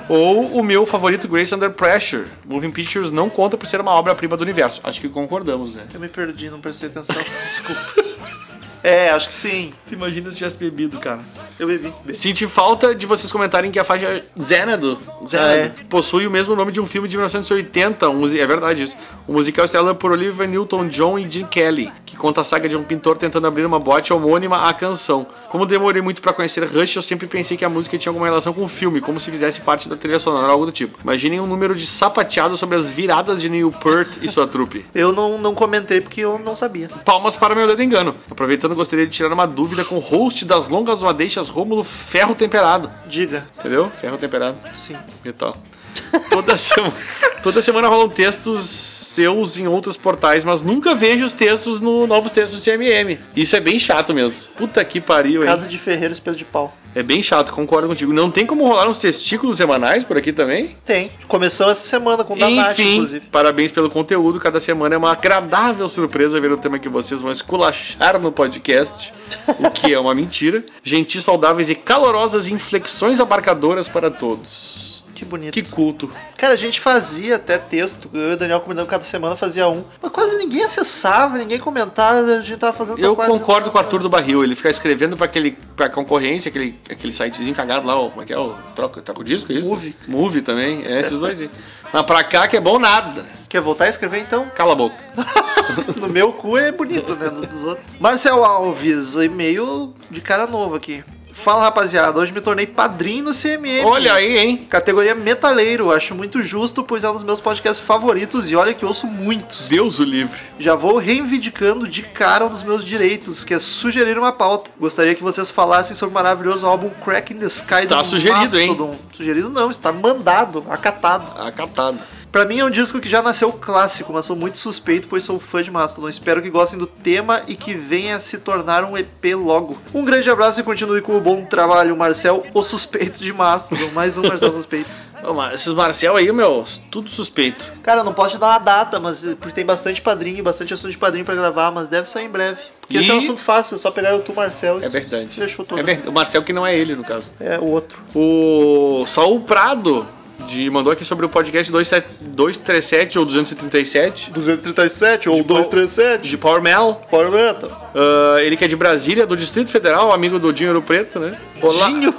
Ou o meu favorito, Grace Under Pressure. Moving Pictures não conta por ser uma obra-prima do universo. Acho que concordamos, né?
Eu me perdi, não prestei atenção. Desculpa. É, acho que sim.
Tu imagina se tivesse bebido, cara.
Eu bebi.
Senti falta de vocês comentarem que a faixa Xanadu, Xanadu
Ah, é?
possui o mesmo nome de um filme de 1980, um musi- é verdade isso. O musical estrelado por Oliver Newton-John e Jim Kelly, que conta a saga de um pintor tentando abrir uma boate homônima à canção. Como demorei muito pra conhecer Rush, eu sempre pensei que a música tinha alguma relação com o filme, como se fizesse parte da trilha sonora, algo do tipo. Imaginem um número de sapateado sobre as viradas de Newport e sua trupe.
Eu não, não comentei porque eu não sabia.
Palmas para meu dedo engano. Aproveitando, gostaria de tirar uma dúvida com o host das longas madeixas, Rômulo Ferro Temperado.
Diga,
Entendeu? Ferro temperado,
sim.
e tal.
Toda semana, toda semana rolam textos seus em outros portais, mas nunca vejo os textos no novos textos do CMM. Isso é bem chato mesmo. Puta que pariu, hein?
Casa de Ferreiros pelo de pau.
É bem chato, concordo contigo. Não tem como rolar uns testículos semanais por aqui também?
Tem. Começou essa semana com o da Nath,
Enfim,
inclusive.
parabéns pelo conteúdo. Cada semana é uma agradável surpresa ver o tema que vocês vão esculachar no podcast, o que é uma mentira. Gentis saudáveis e calorosas inflexões abarcadoras para todos.
Que bonito.
Que culto.
Cara, a gente fazia até texto. Eu e o Daniel combinando cada semana fazia um. Mas quase ninguém acessava, ninguém comentava. A gente tava fazendo
Eu
quase-
concordo com o Arthur do Barril. Ele fica escrevendo para aquele pra concorrência, aquele, aquele sitezinho cagado lá, o- como é que é? O troca, troca o disco, é isso?
Move.
Move também, é esses dois aí. Mas pra cá que é bom nada.
Quer voltar a escrever então?
Cala a boca.
No meu cu é bonito, né? No dos outros. Marcel Alves, e-mail de cara novo aqui. Fala rapaziada, hoje me tornei padrinho no CMM.
Olha aí, hein?
Categoria metaleiro, acho muito justo, pois é um dos meus podcasts favoritos e olha que ouço muitos.
Deus o livre.
Já vou reivindicando de cara um dos meus direitos, que é sugerir uma pauta. Gostaria que vocês falassem sobre o maravilhoso álbum Crack in the Sky
Está sugerido, hein?
hein? Sugerido não, está mandado, acatado.
Tá Acatado.
Pra mim é um disco que já nasceu clássico, mas sou muito suspeito, pois sou fã de Mastodon. Espero que gostem do tema e que venha a se tornar um EP logo. Um grande abraço e continue com o bom trabalho, Marcel, o suspeito de Mastodon. Mais um Marcel suspeito.
Ô, Mar- Esses Marcel aí, meu, tudo suspeito.
Cara, não posso te dar uma data, mas porque tem bastante padrinho, bastante assunto de padrinho pra gravar, mas deve sair em breve. Porque esse é um
E-
assunto fácil, é só pegar o tu, Marcel. e
É verdade.
Deixou todas.
É verdade. O Marcel que não é ele, no caso.
É, o outro.
O Saul Prado de, mandou aqui sobre o podcast 27 237 ou 237
237 ou
De qual-
237,
de Power Mel.
Power Metal.
Ah, ele que é de Brasília, do Distrito Federal, amigo do Dinheiro Preto, né? Olá,
Dinho,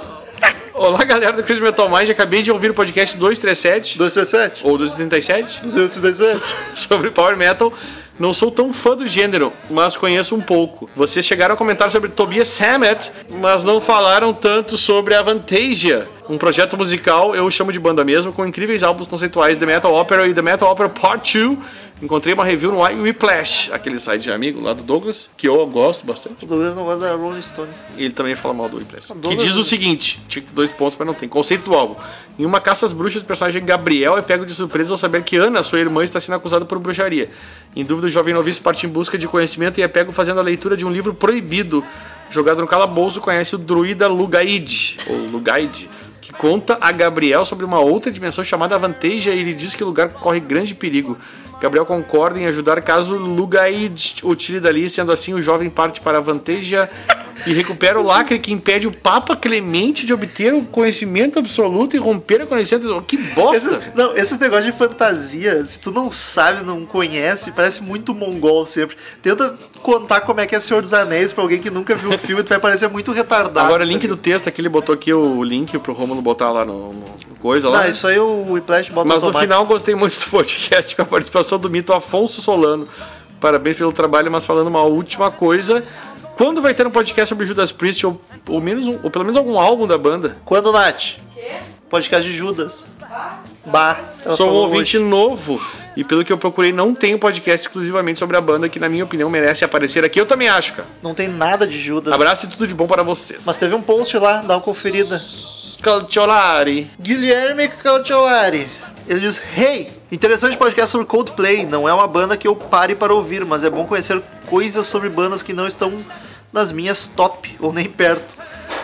Olá galera do Crazy Metal Mind. Acabei de ouvir o podcast 237
237,
ou 237
237.
sobre Power Metal. Não sou tão fã do gênero, mas conheço um pouco. Vocês chegaram a comentar sobre Tobias Hammett, mas não falaram tanto sobre a Vantasia, um projeto musical, eu chamo de banda mesmo, com incríveis álbuns conceituais The Metal Opera e The Metal Opera Part 2. Encontrei uma review no Whiplash, aquele site de amigo lá do Douglas, que eu gosto bastante.
O Douglas não gosta da Rolling Stone.
Ele também fala mal do Whiplash. Que
Douglas-
diz o seguinte: tinha que ter dois pontos, mas não tem. Conceito do álbum. Em uma caça às bruxas, o personagem Gabriel é pego de surpresa ao saber que Ana, sua irmã, está sendo acusada por bruxaria. Em dúvida, o jovem noviço parte em busca de conhecimento e é pego fazendo a leitura de um livro proibido. Jogado no calabouço, conhece o druida Lugaid, ou Lugaid, que conta a Gabriel sobre uma outra dimensão chamada Avanteja e lhe diz que o lugar corre grande perigo. Gabriel concorda em ajudar caso Lugaid o tire dali, sendo assim o jovem parte para a Avanteja e recupera o lacre que impede o Papa Clemente de obter o conhecimento absoluto e romper a conexão. Que bosta!
Esses, não, esses negócios de fantasia, se tu não sabe, não conhece, parece muito mongol sempre. Tenta contar como é que é Senhor dos Anéis pra alguém que nunca viu o filme, tu vai parecer muito retardado.
Agora, link do texto aqui, ele botou aqui o link pro Romulo botar lá no, no coisa lá.
Não,
né?
isso aí o Whiplash bota
Mas no
automático.
final gostei muito do podcast com a participação do mito Afonso Solano. Parabéns pelo trabalho, mas falando uma última coisa. Quando vai ter um podcast sobre Judas Priest, ou, ou menos um- ou pelo menos algum álbum da banda?
Quando, Nath? Podcast de Judas. Bah. Ela
Sou um
falou
ouvinte novo e pelo que eu procurei não tem um podcast exclusivamente sobre a banda que na minha opinião merece aparecer aqui. Eu também acho, cara.
hoje. Não tem nada de Judas.
Abraço e tudo de bom para vocês.
Mas teve um post lá, dá uma conferida.
Calciolari.
Guilherme Cautiolari. Ele diz: Hey, interessante podcast sobre Coldplay. Não é uma banda que eu pare para ouvir, mas é bom conhecer coisas sobre bandas que não estão nas minhas top ou nem perto.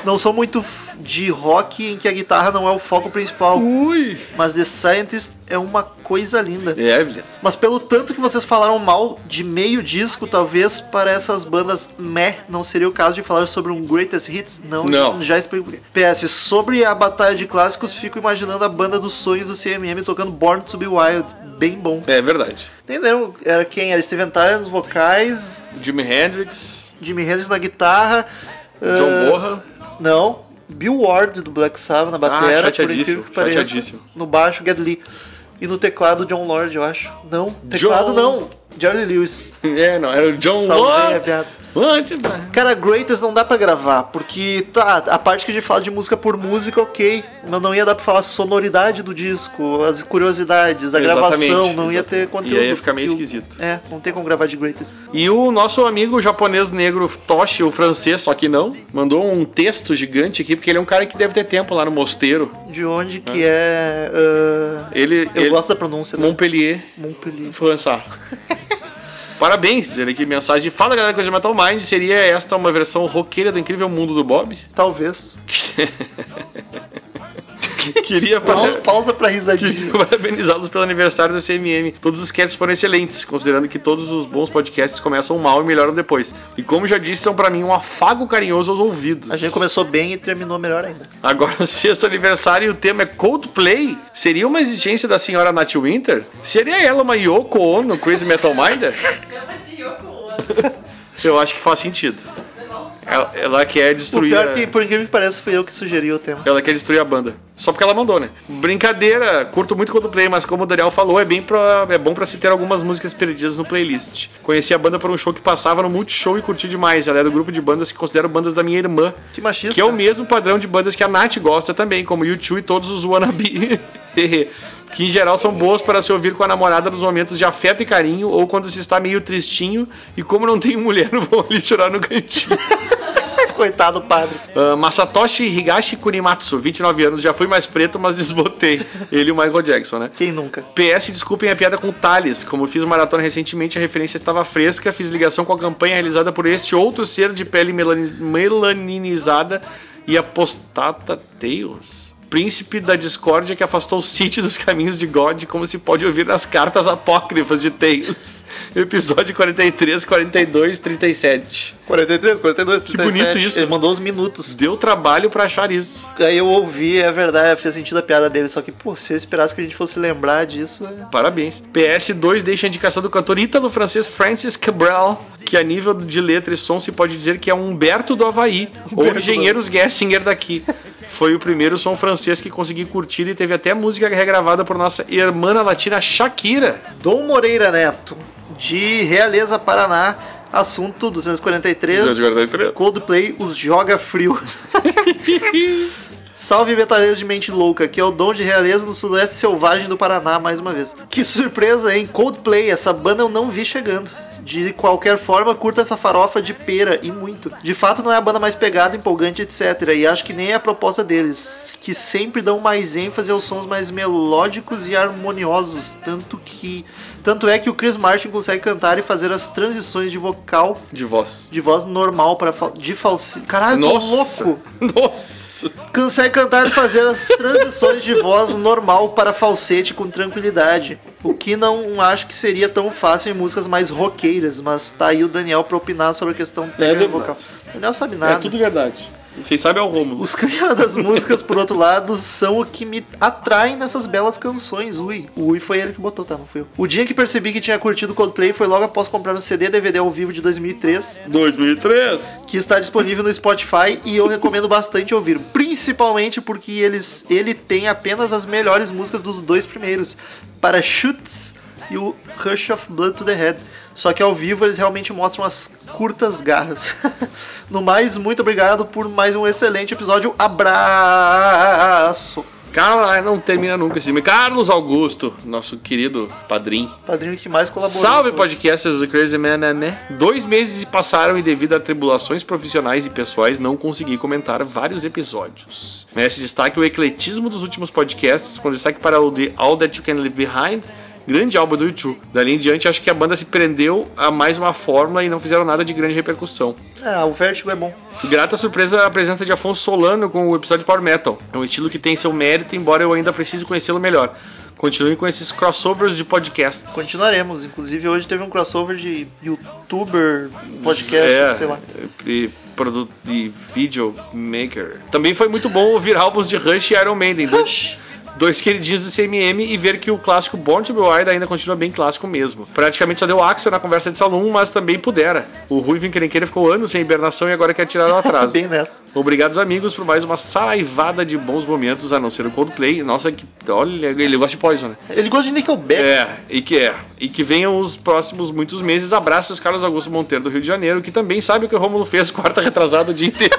Não sou muito f- de rock em que a guitarra não é o foco principal,
Uh. Ui.
mas The Scientist é uma coisa linda.
É, Evelyn.
Mas pelo tanto que vocês falaram mal de meio disco, talvez para essas bandas meh não seria o caso de falar sobre um Greatest Hits? Não,
Não.
já explico por quê. PS, sobre a batalha de clássicos, fico imaginando a banda dos sonhos do CMM tocando Born to be Wild. Bem bom.
É verdade.
Entendeu? Era quem? Era Steven Tyler nos vocais,
Jimi Hendrix,
Jimi Hendrix na guitarra.
John
ah,
Borra.
Não. Bill Ward do Black Sabbath na
Ah,
bateria, por
chateadíssimo,
incrível que pareça.
chateadíssimo.
No baixo, Gedli. E no teclado, John Lord, eu acho. Não, teclado
John-
não. Jerry Lewis.
É, não, era o John
Saudade,
Lord.
arrepiado.
Antes, né?
é, Cara, Greatest não dá pra gravar, porque tá, a parte que a gente fala de música por música, ok, mas não ia dar pra falar a sonoridade do disco, as curiosidades, a
Exatamente,
gravação, não ia
exatamente.
ter conteúdo.
E aí ia ficar meio
porque o-
esquisito.
É, não tem como gravar de Greatest.
E o nosso amigo japonês negro Toshi, o francês, só que não, mandou um texto gigante aqui, porque ele é um cara que deve ter tempo lá no mosteiro.
De onde que é. ah,
Ele,
eu
ele-
gosto da pronúncia né?
Montpellier,
Montpellier.
França. Parabéns, ele aqui, mensagem. Fala galera, coisa de Metal Mind. Seria esta uma versão roqueira do incrível mundo do Bob?
Talvez.
Queria
Pausa,
para.
pausa pra risadinha.
Queria parabenizá-los pelo aniversário da CMM. Todos os casts foram excelentes, considerando que todos os bons podcasts começam mal e melhoram depois. E como já disse, são pra mim um afago carinhoso aos ouvidos.
A gente começou bem e terminou melhor ainda.
Agora o sexto aniversário e o tema é Coldplay. Seria uma exigência da senhora Nat Winter? Seria ela uma Yoko Ono, Crazy Metal Minder?
Chama de Yoko
Eu acho que faz sentido. Ela, ela é quer
O
destruir.
pior é
a-
que, por incrível que pareça, fui eu que sugeri o tema.
Ela quer destruir a banda. Só porque ela mandou, né? Brincadeira, curto muito Coldplay, mas como o Daniel falou, é, bem pra, é bom pra se ter algumas músicas perdidas no playlist. Conheci a banda por um show que passava no Multishow e curti demais. Ela é do grupo de bandas que considero bandas da minha irmã,
Que machista.
que é o mesmo padrão de bandas que a Nath gosta também, como U2 e todos os Wannabe. que em geral são boas para se ouvir com a namorada nos momentos de afeto e carinho ou quando se está meio tristinho e como não tem mulher, vão ali chorar no cantinho.
Coitado do padre.
Ah, Masatoshi Higashi Kurimatsu, 29 anos, já fui mais preto, mas desbotei. Ele e o Michael Jackson, né?
Quem nunca?
PS, desculpem a piada com o Thales. Como fiz maratona recentemente, a referência estava fresca. Fiz ligação com a campanha realizada por este outro ser de pele melani- melaninizada e apostata Tails. Príncipe da discórdia que afastou o City dos caminhos de God, como se pode ouvir nas cartas apócrifas de Tails. Episódio 43, 42, 37.
43, 42, 37.
bonito isso.
Ele mandou os minutos.
Deu trabalho pra achar isso.
Aí eu ouvi, é verdade, fez sentido a piada dele, só que, pô, se eu esperasse que a gente fosse lembrar disso, é...
Parabéns. PS2 deixa a indicação do cantor ítalo-francês Francis Cabral, que a nível de letra e som se pode dizer que é um Humberto do Havaí, ou Engenheiros Gessinger daqui. Foi o primeiro som francês que consegui curtir e teve até música regravada por nossa irmã latina Shakira.
Dom Moreira Neto, de Realeza Paraná, assunto 243, Coldplay os joga frio. Salve metaleiros de mente louca, que é o dom de realeza no sudoeste selvagem do Paraná, mais uma vez. Que surpresa, hein? Coldplay, essa banda eu não vi chegando. De qualquer forma, curto essa farofa de pera e muito. De fato, não é a banda mais pegada, empolgante, etc. E acho que nem é a proposta deles, que sempre dão mais ênfase aos sons mais melódicos e harmoniosos, tanto que tanto é que o Chris Martin consegue cantar e fazer as transições de vocal
De voz.
de voz normal para de falsete. Caralho, tô
Nossa!
louco.
Nossa!
Consegue cantar e fazer as transições de voz normal para falsete com tranquilidade. O que não acho que seria tão fácil em músicas mais roqueiras, mas tá aí o Daniel pra opinar sobre a questão técnica
verdade.
vocal. O Daniel sabe nada.
É verdade. Quem sabe é o Rômulo.
Os climas das músicas, por outro lado, são o que me atrai nessas belas canções. Ui, o Ui foi ele que botou, tá? Não fui eu. O dia que percebi que tinha curtido Coldplay foi logo após comprar um CD DVD ao vivo de 2003,
2003.
que está disponível no Spotify e eu recomendo bastante ouvir, principalmente porque eles, ele tem apenas as melhores músicas dos dois primeiros, para Shoots e o Rush of Blood to the Head. Só que ao vivo eles realmente mostram as curtas garras. no mais, muito obrigado por mais um excelente episódio. Abraço!
Cara, ah, não termina nunca esse. Carlos Augusto, nosso querido padrinho.
Padrinho que mais colaborou.
Salve podcasters do Crazy Man, né, né? Dois meses se passaram e devido a tribulações profissionais e pessoais não consegui comentar vários episódios. Nesse destaque o ecletismo dos últimos podcasts, com destaque para o The All That You Can Leave Behind, grande álbum do YouTube. Dali em diante acho que a banda se prendeu a mais uma fórmula e não fizeram nada de grande repercussão.
Ah, o Vertigo é bom.
Grata surpresa a presença de Afonso Solano com o episódio Power Metal. É um estilo que tem seu mérito, embora eu ainda precise conhecê-lo melhor. Continue com esses crossovers de podcasts.
Continuaremos. Inclusive, hoje teve um crossover de youtuber, podcast, sei lá.
É, E, produ- e video maker. Também foi muito bom ouvir álbuns de Rush e Iron Maiden. Dois, dois queridinhos do CMM e ver que o clássico Born to Be Wild ainda continua bem clássico mesmo. Praticamente só deu Axel na conversa de salão, mas também pudera. O Rui Vinquerenqueira ficou anos sem hibernação e agora quer tirar o atraso.
Bem nessa.
Obrigados, amigos, por mais uma saraivada de bons momentos, a não ser o Coldplay. Nossa, que. Olha, ele gosta de Poison, né?
Ele gosta de Nickelback.
É, e que é. E que venham os próximos muitos meses. Abraço os Carlos Augusto Monteiro do Rio de Janeiro, que também sabe o que o Romulo fez quarta retrasada o dia inteiro.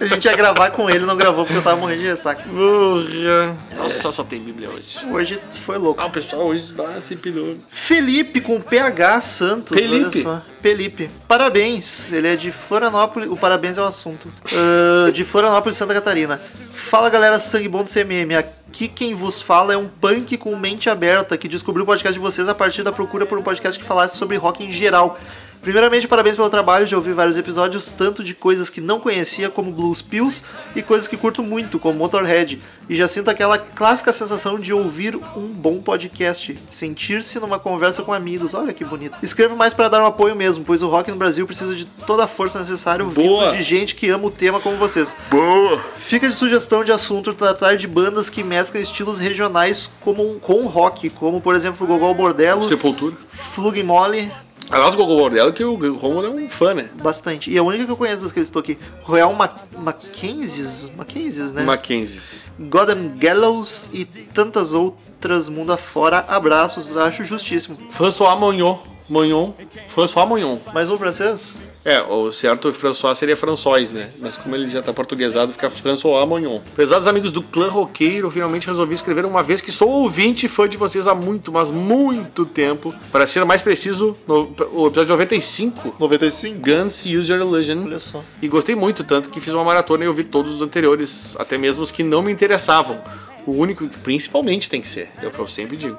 A gente ia gravar com ele, não gravou porque eu tava morrendo de ressaca.
Porra. Nossa, só tem Bíblia hoje.
Hoje foi louco.
Ah, o pessoal hoje ah, se pilhou.
Felipe com PH Santos.
Felipe.
Olha só. Felipe. Parabéns. Ele é de Florianópolis. O parabéns é o assunto. Ah, de Florianópolis, Santa Catarina. Fala galera, sangue bom do CMM. Aqui quem vos fala é um punk com mente aberta que descobriu o podcast de vocês a partir da procura por um podcast que falasse sobre rock em geral. Primeiramente, parabéns pelo trabalho, já ouvi vários episódios, tanto de coisas que não conhecia, como Blues Pills, e coisas que curto muito, como Motorhead. E já sinto aquela clássica sensação de ouvir um bom podcast, sentir-se numa conversa com amigos, olha que bonito. Escrevo mais para dar um apoio mesmo, pois o rock no Brasil precisa de toda a força necessária
Boa.
vindo de gente que ama o tema como vocês.
Boa.
Fica de sugestão de assunto tratar de bandas que mesclam estilos regionais como, um, com rock, como por exemplo o Gogol
Então,
Bordello,
Sepultura.
Flug Mole,
Aliás, o Gogol Bordello, que o Romulo é um fã, né?
Bastante. E a única que eu conheço das que eu estou aqui, Royal Ma Mackenzies, Mackenzies, né?
Mackenzie.
Gotham Gallows e tantas outras mundo afora. Abraços, acho justíssimo.
François Magnon. Magnon. François Magnon.
Mais um francês?
É, o certo François seria François, né? Mas como ele já tá portuguesado, fica François Magnon. Pesados amigos do clã roqueiro, finalmente resolvi escrever uma vez que sou ouvinte e fã de vocês há muito, mas muito tempo. Para ser mais preciso, no, o episódio 95,
95?
Guns Use Your Illusion.
Olha só.
E gostei muito, tanto que fiz uma maratona e ouvi todos os anteriores, até mesmo os que não me interessavam. O único que principalmente tem que ser, é o que eu sempre digo.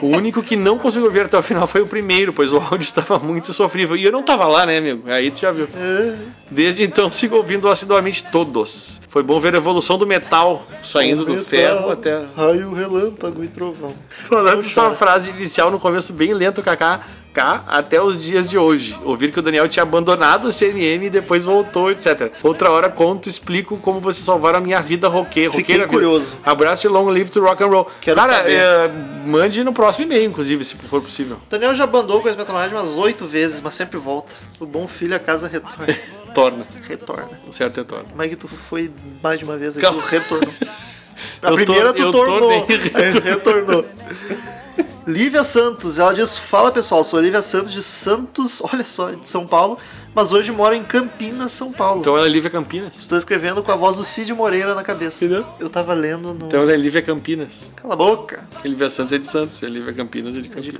O único que não consigo ver até o final foi o primeiro, pois o áudio estava muito sofrível. E eu não estava lá, né, amigo? Aí tu já viu.
É,
Desde então sigo ouvindo assiduamente todos. Foi bom ver a evolução do metal, saindo Tá do
Metal,
ferro até
Raio, relâmpago e trovão.
Falando
Não
sua
chora.
frase inicial no começo bem lento, kkk, até os dias de hoje. Ouvir que o Daniel tinha abandonado o CNM e depois voltou, etc. Outra hora conto, explico como vocês salvaram a minha vida roqueira.
Fiquei
roqueira vida.
curioso.
Abraço e long live to rock and roll.
Quero
Cara,
saber.
eh, mande no próximo e-mail, inclusive, se for possível.
O Daniel já bandou com esse mais umas oito vezes, mas sempre volta. O bom filho a casa retorna.
Torna.
retorna.
O certo é torna.
Como é que tu foi mais de uma vez aí?
Calma.
Tu retornou. A
Eu
primeira
tor- eu
tu tornou.
tornei.
Aí retornou. Lívia Santos, ela diz: Fala pessoal, sou Lívia Santos de Santos, olha só, de São Paulo, mas hoje moro em Campinas, São Paulo.
Então ela é Lívia Campinas.
Estou escrevendo com a voz do Cid Moreira na cabeça.
Entendeu?
Eu tava lendo no.
Então ela é Lívia Campinas.
Cala a boca.
Porque Lívia Santos é de Santos, e a Lívia Campinas é de
É de
Campinas.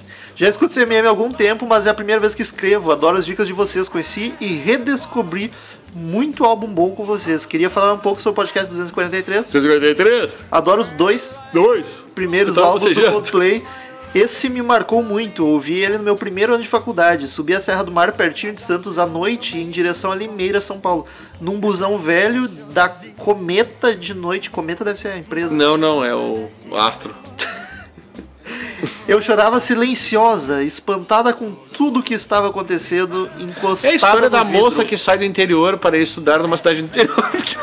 Campinas. Já escuto CMM há algum tempo, mas é a primeira vez que escrevo. Adoro as dicas de vocês, conheci e redescobri muito álbum bom com vocês. Queria falar um pouco sobre o podcast 243.
143,
Adoro os dois
2.
primeiros
Eu tava
álbuns
bocejando.
do Coldplay. Esse me marcou muito, eu ouvi ele no meu primeiro ano de faculdade. Subi a Serra do Mar pertinho de Santos à noite em direção a Limeira, São Paulo, num busão velho da Cometa de noite. Cometa deve ser a empresa.
Não, não, é o Astro.
Eu chorava silenciosa, espantada com tudo que estava acontecendo,
É
encostada
a história
no
da
vidro.
moça que sai do interior para ir estudar numa cidade do interior, que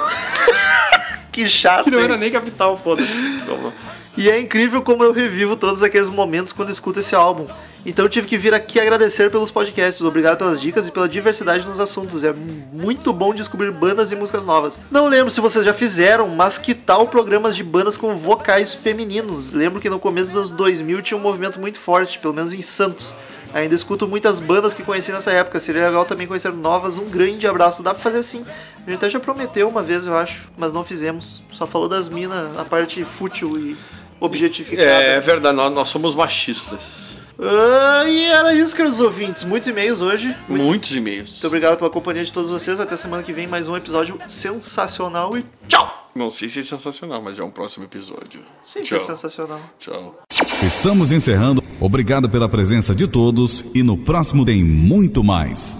que chato.
não
hein?
era nem capital, foda-se. Vamos lá.
E é incrível como eu revivo todos aqueles momentos quando escuto esse álbum. Então eu tive que vir aqui agradecer pelos podcasts, obrigado pelas dicas e pela diversidade nos assuntos. É muito bom descobrir bandas e músicas novas. Não lembro se vocês já fizeram, mas que tal programas de bandas com vocais femininos? Lembro que no começo dos anos 2000 tinha um movimento muito forte, pelo menos em Santos. Ainda escuto muitas bandas que conheci nessa época, seria legal também conhecer novas. Um grande abraço, dá pra fazer sim. A gente até já prometeu uma vez, eu acho, mas não fizemos. Só falou das minas, a parte fútil e objetificada.
É verdade, nós, nós somos machistas.
Ah, e era isso, caros ouvintes. Muitos e-mails hoje. Muito
Muitos e-mails.
obrigado pela companhia de todos vocês. Até semana que vem, mais um episódio sensacional e tchau!
Não sei se é sensacional, mas é um próximo episódio.
Sempre
Tchau.
é sensacional.
Tchau.
Estamos encerrando. Obrigado pela presença de todos e no próximo tem muito mais.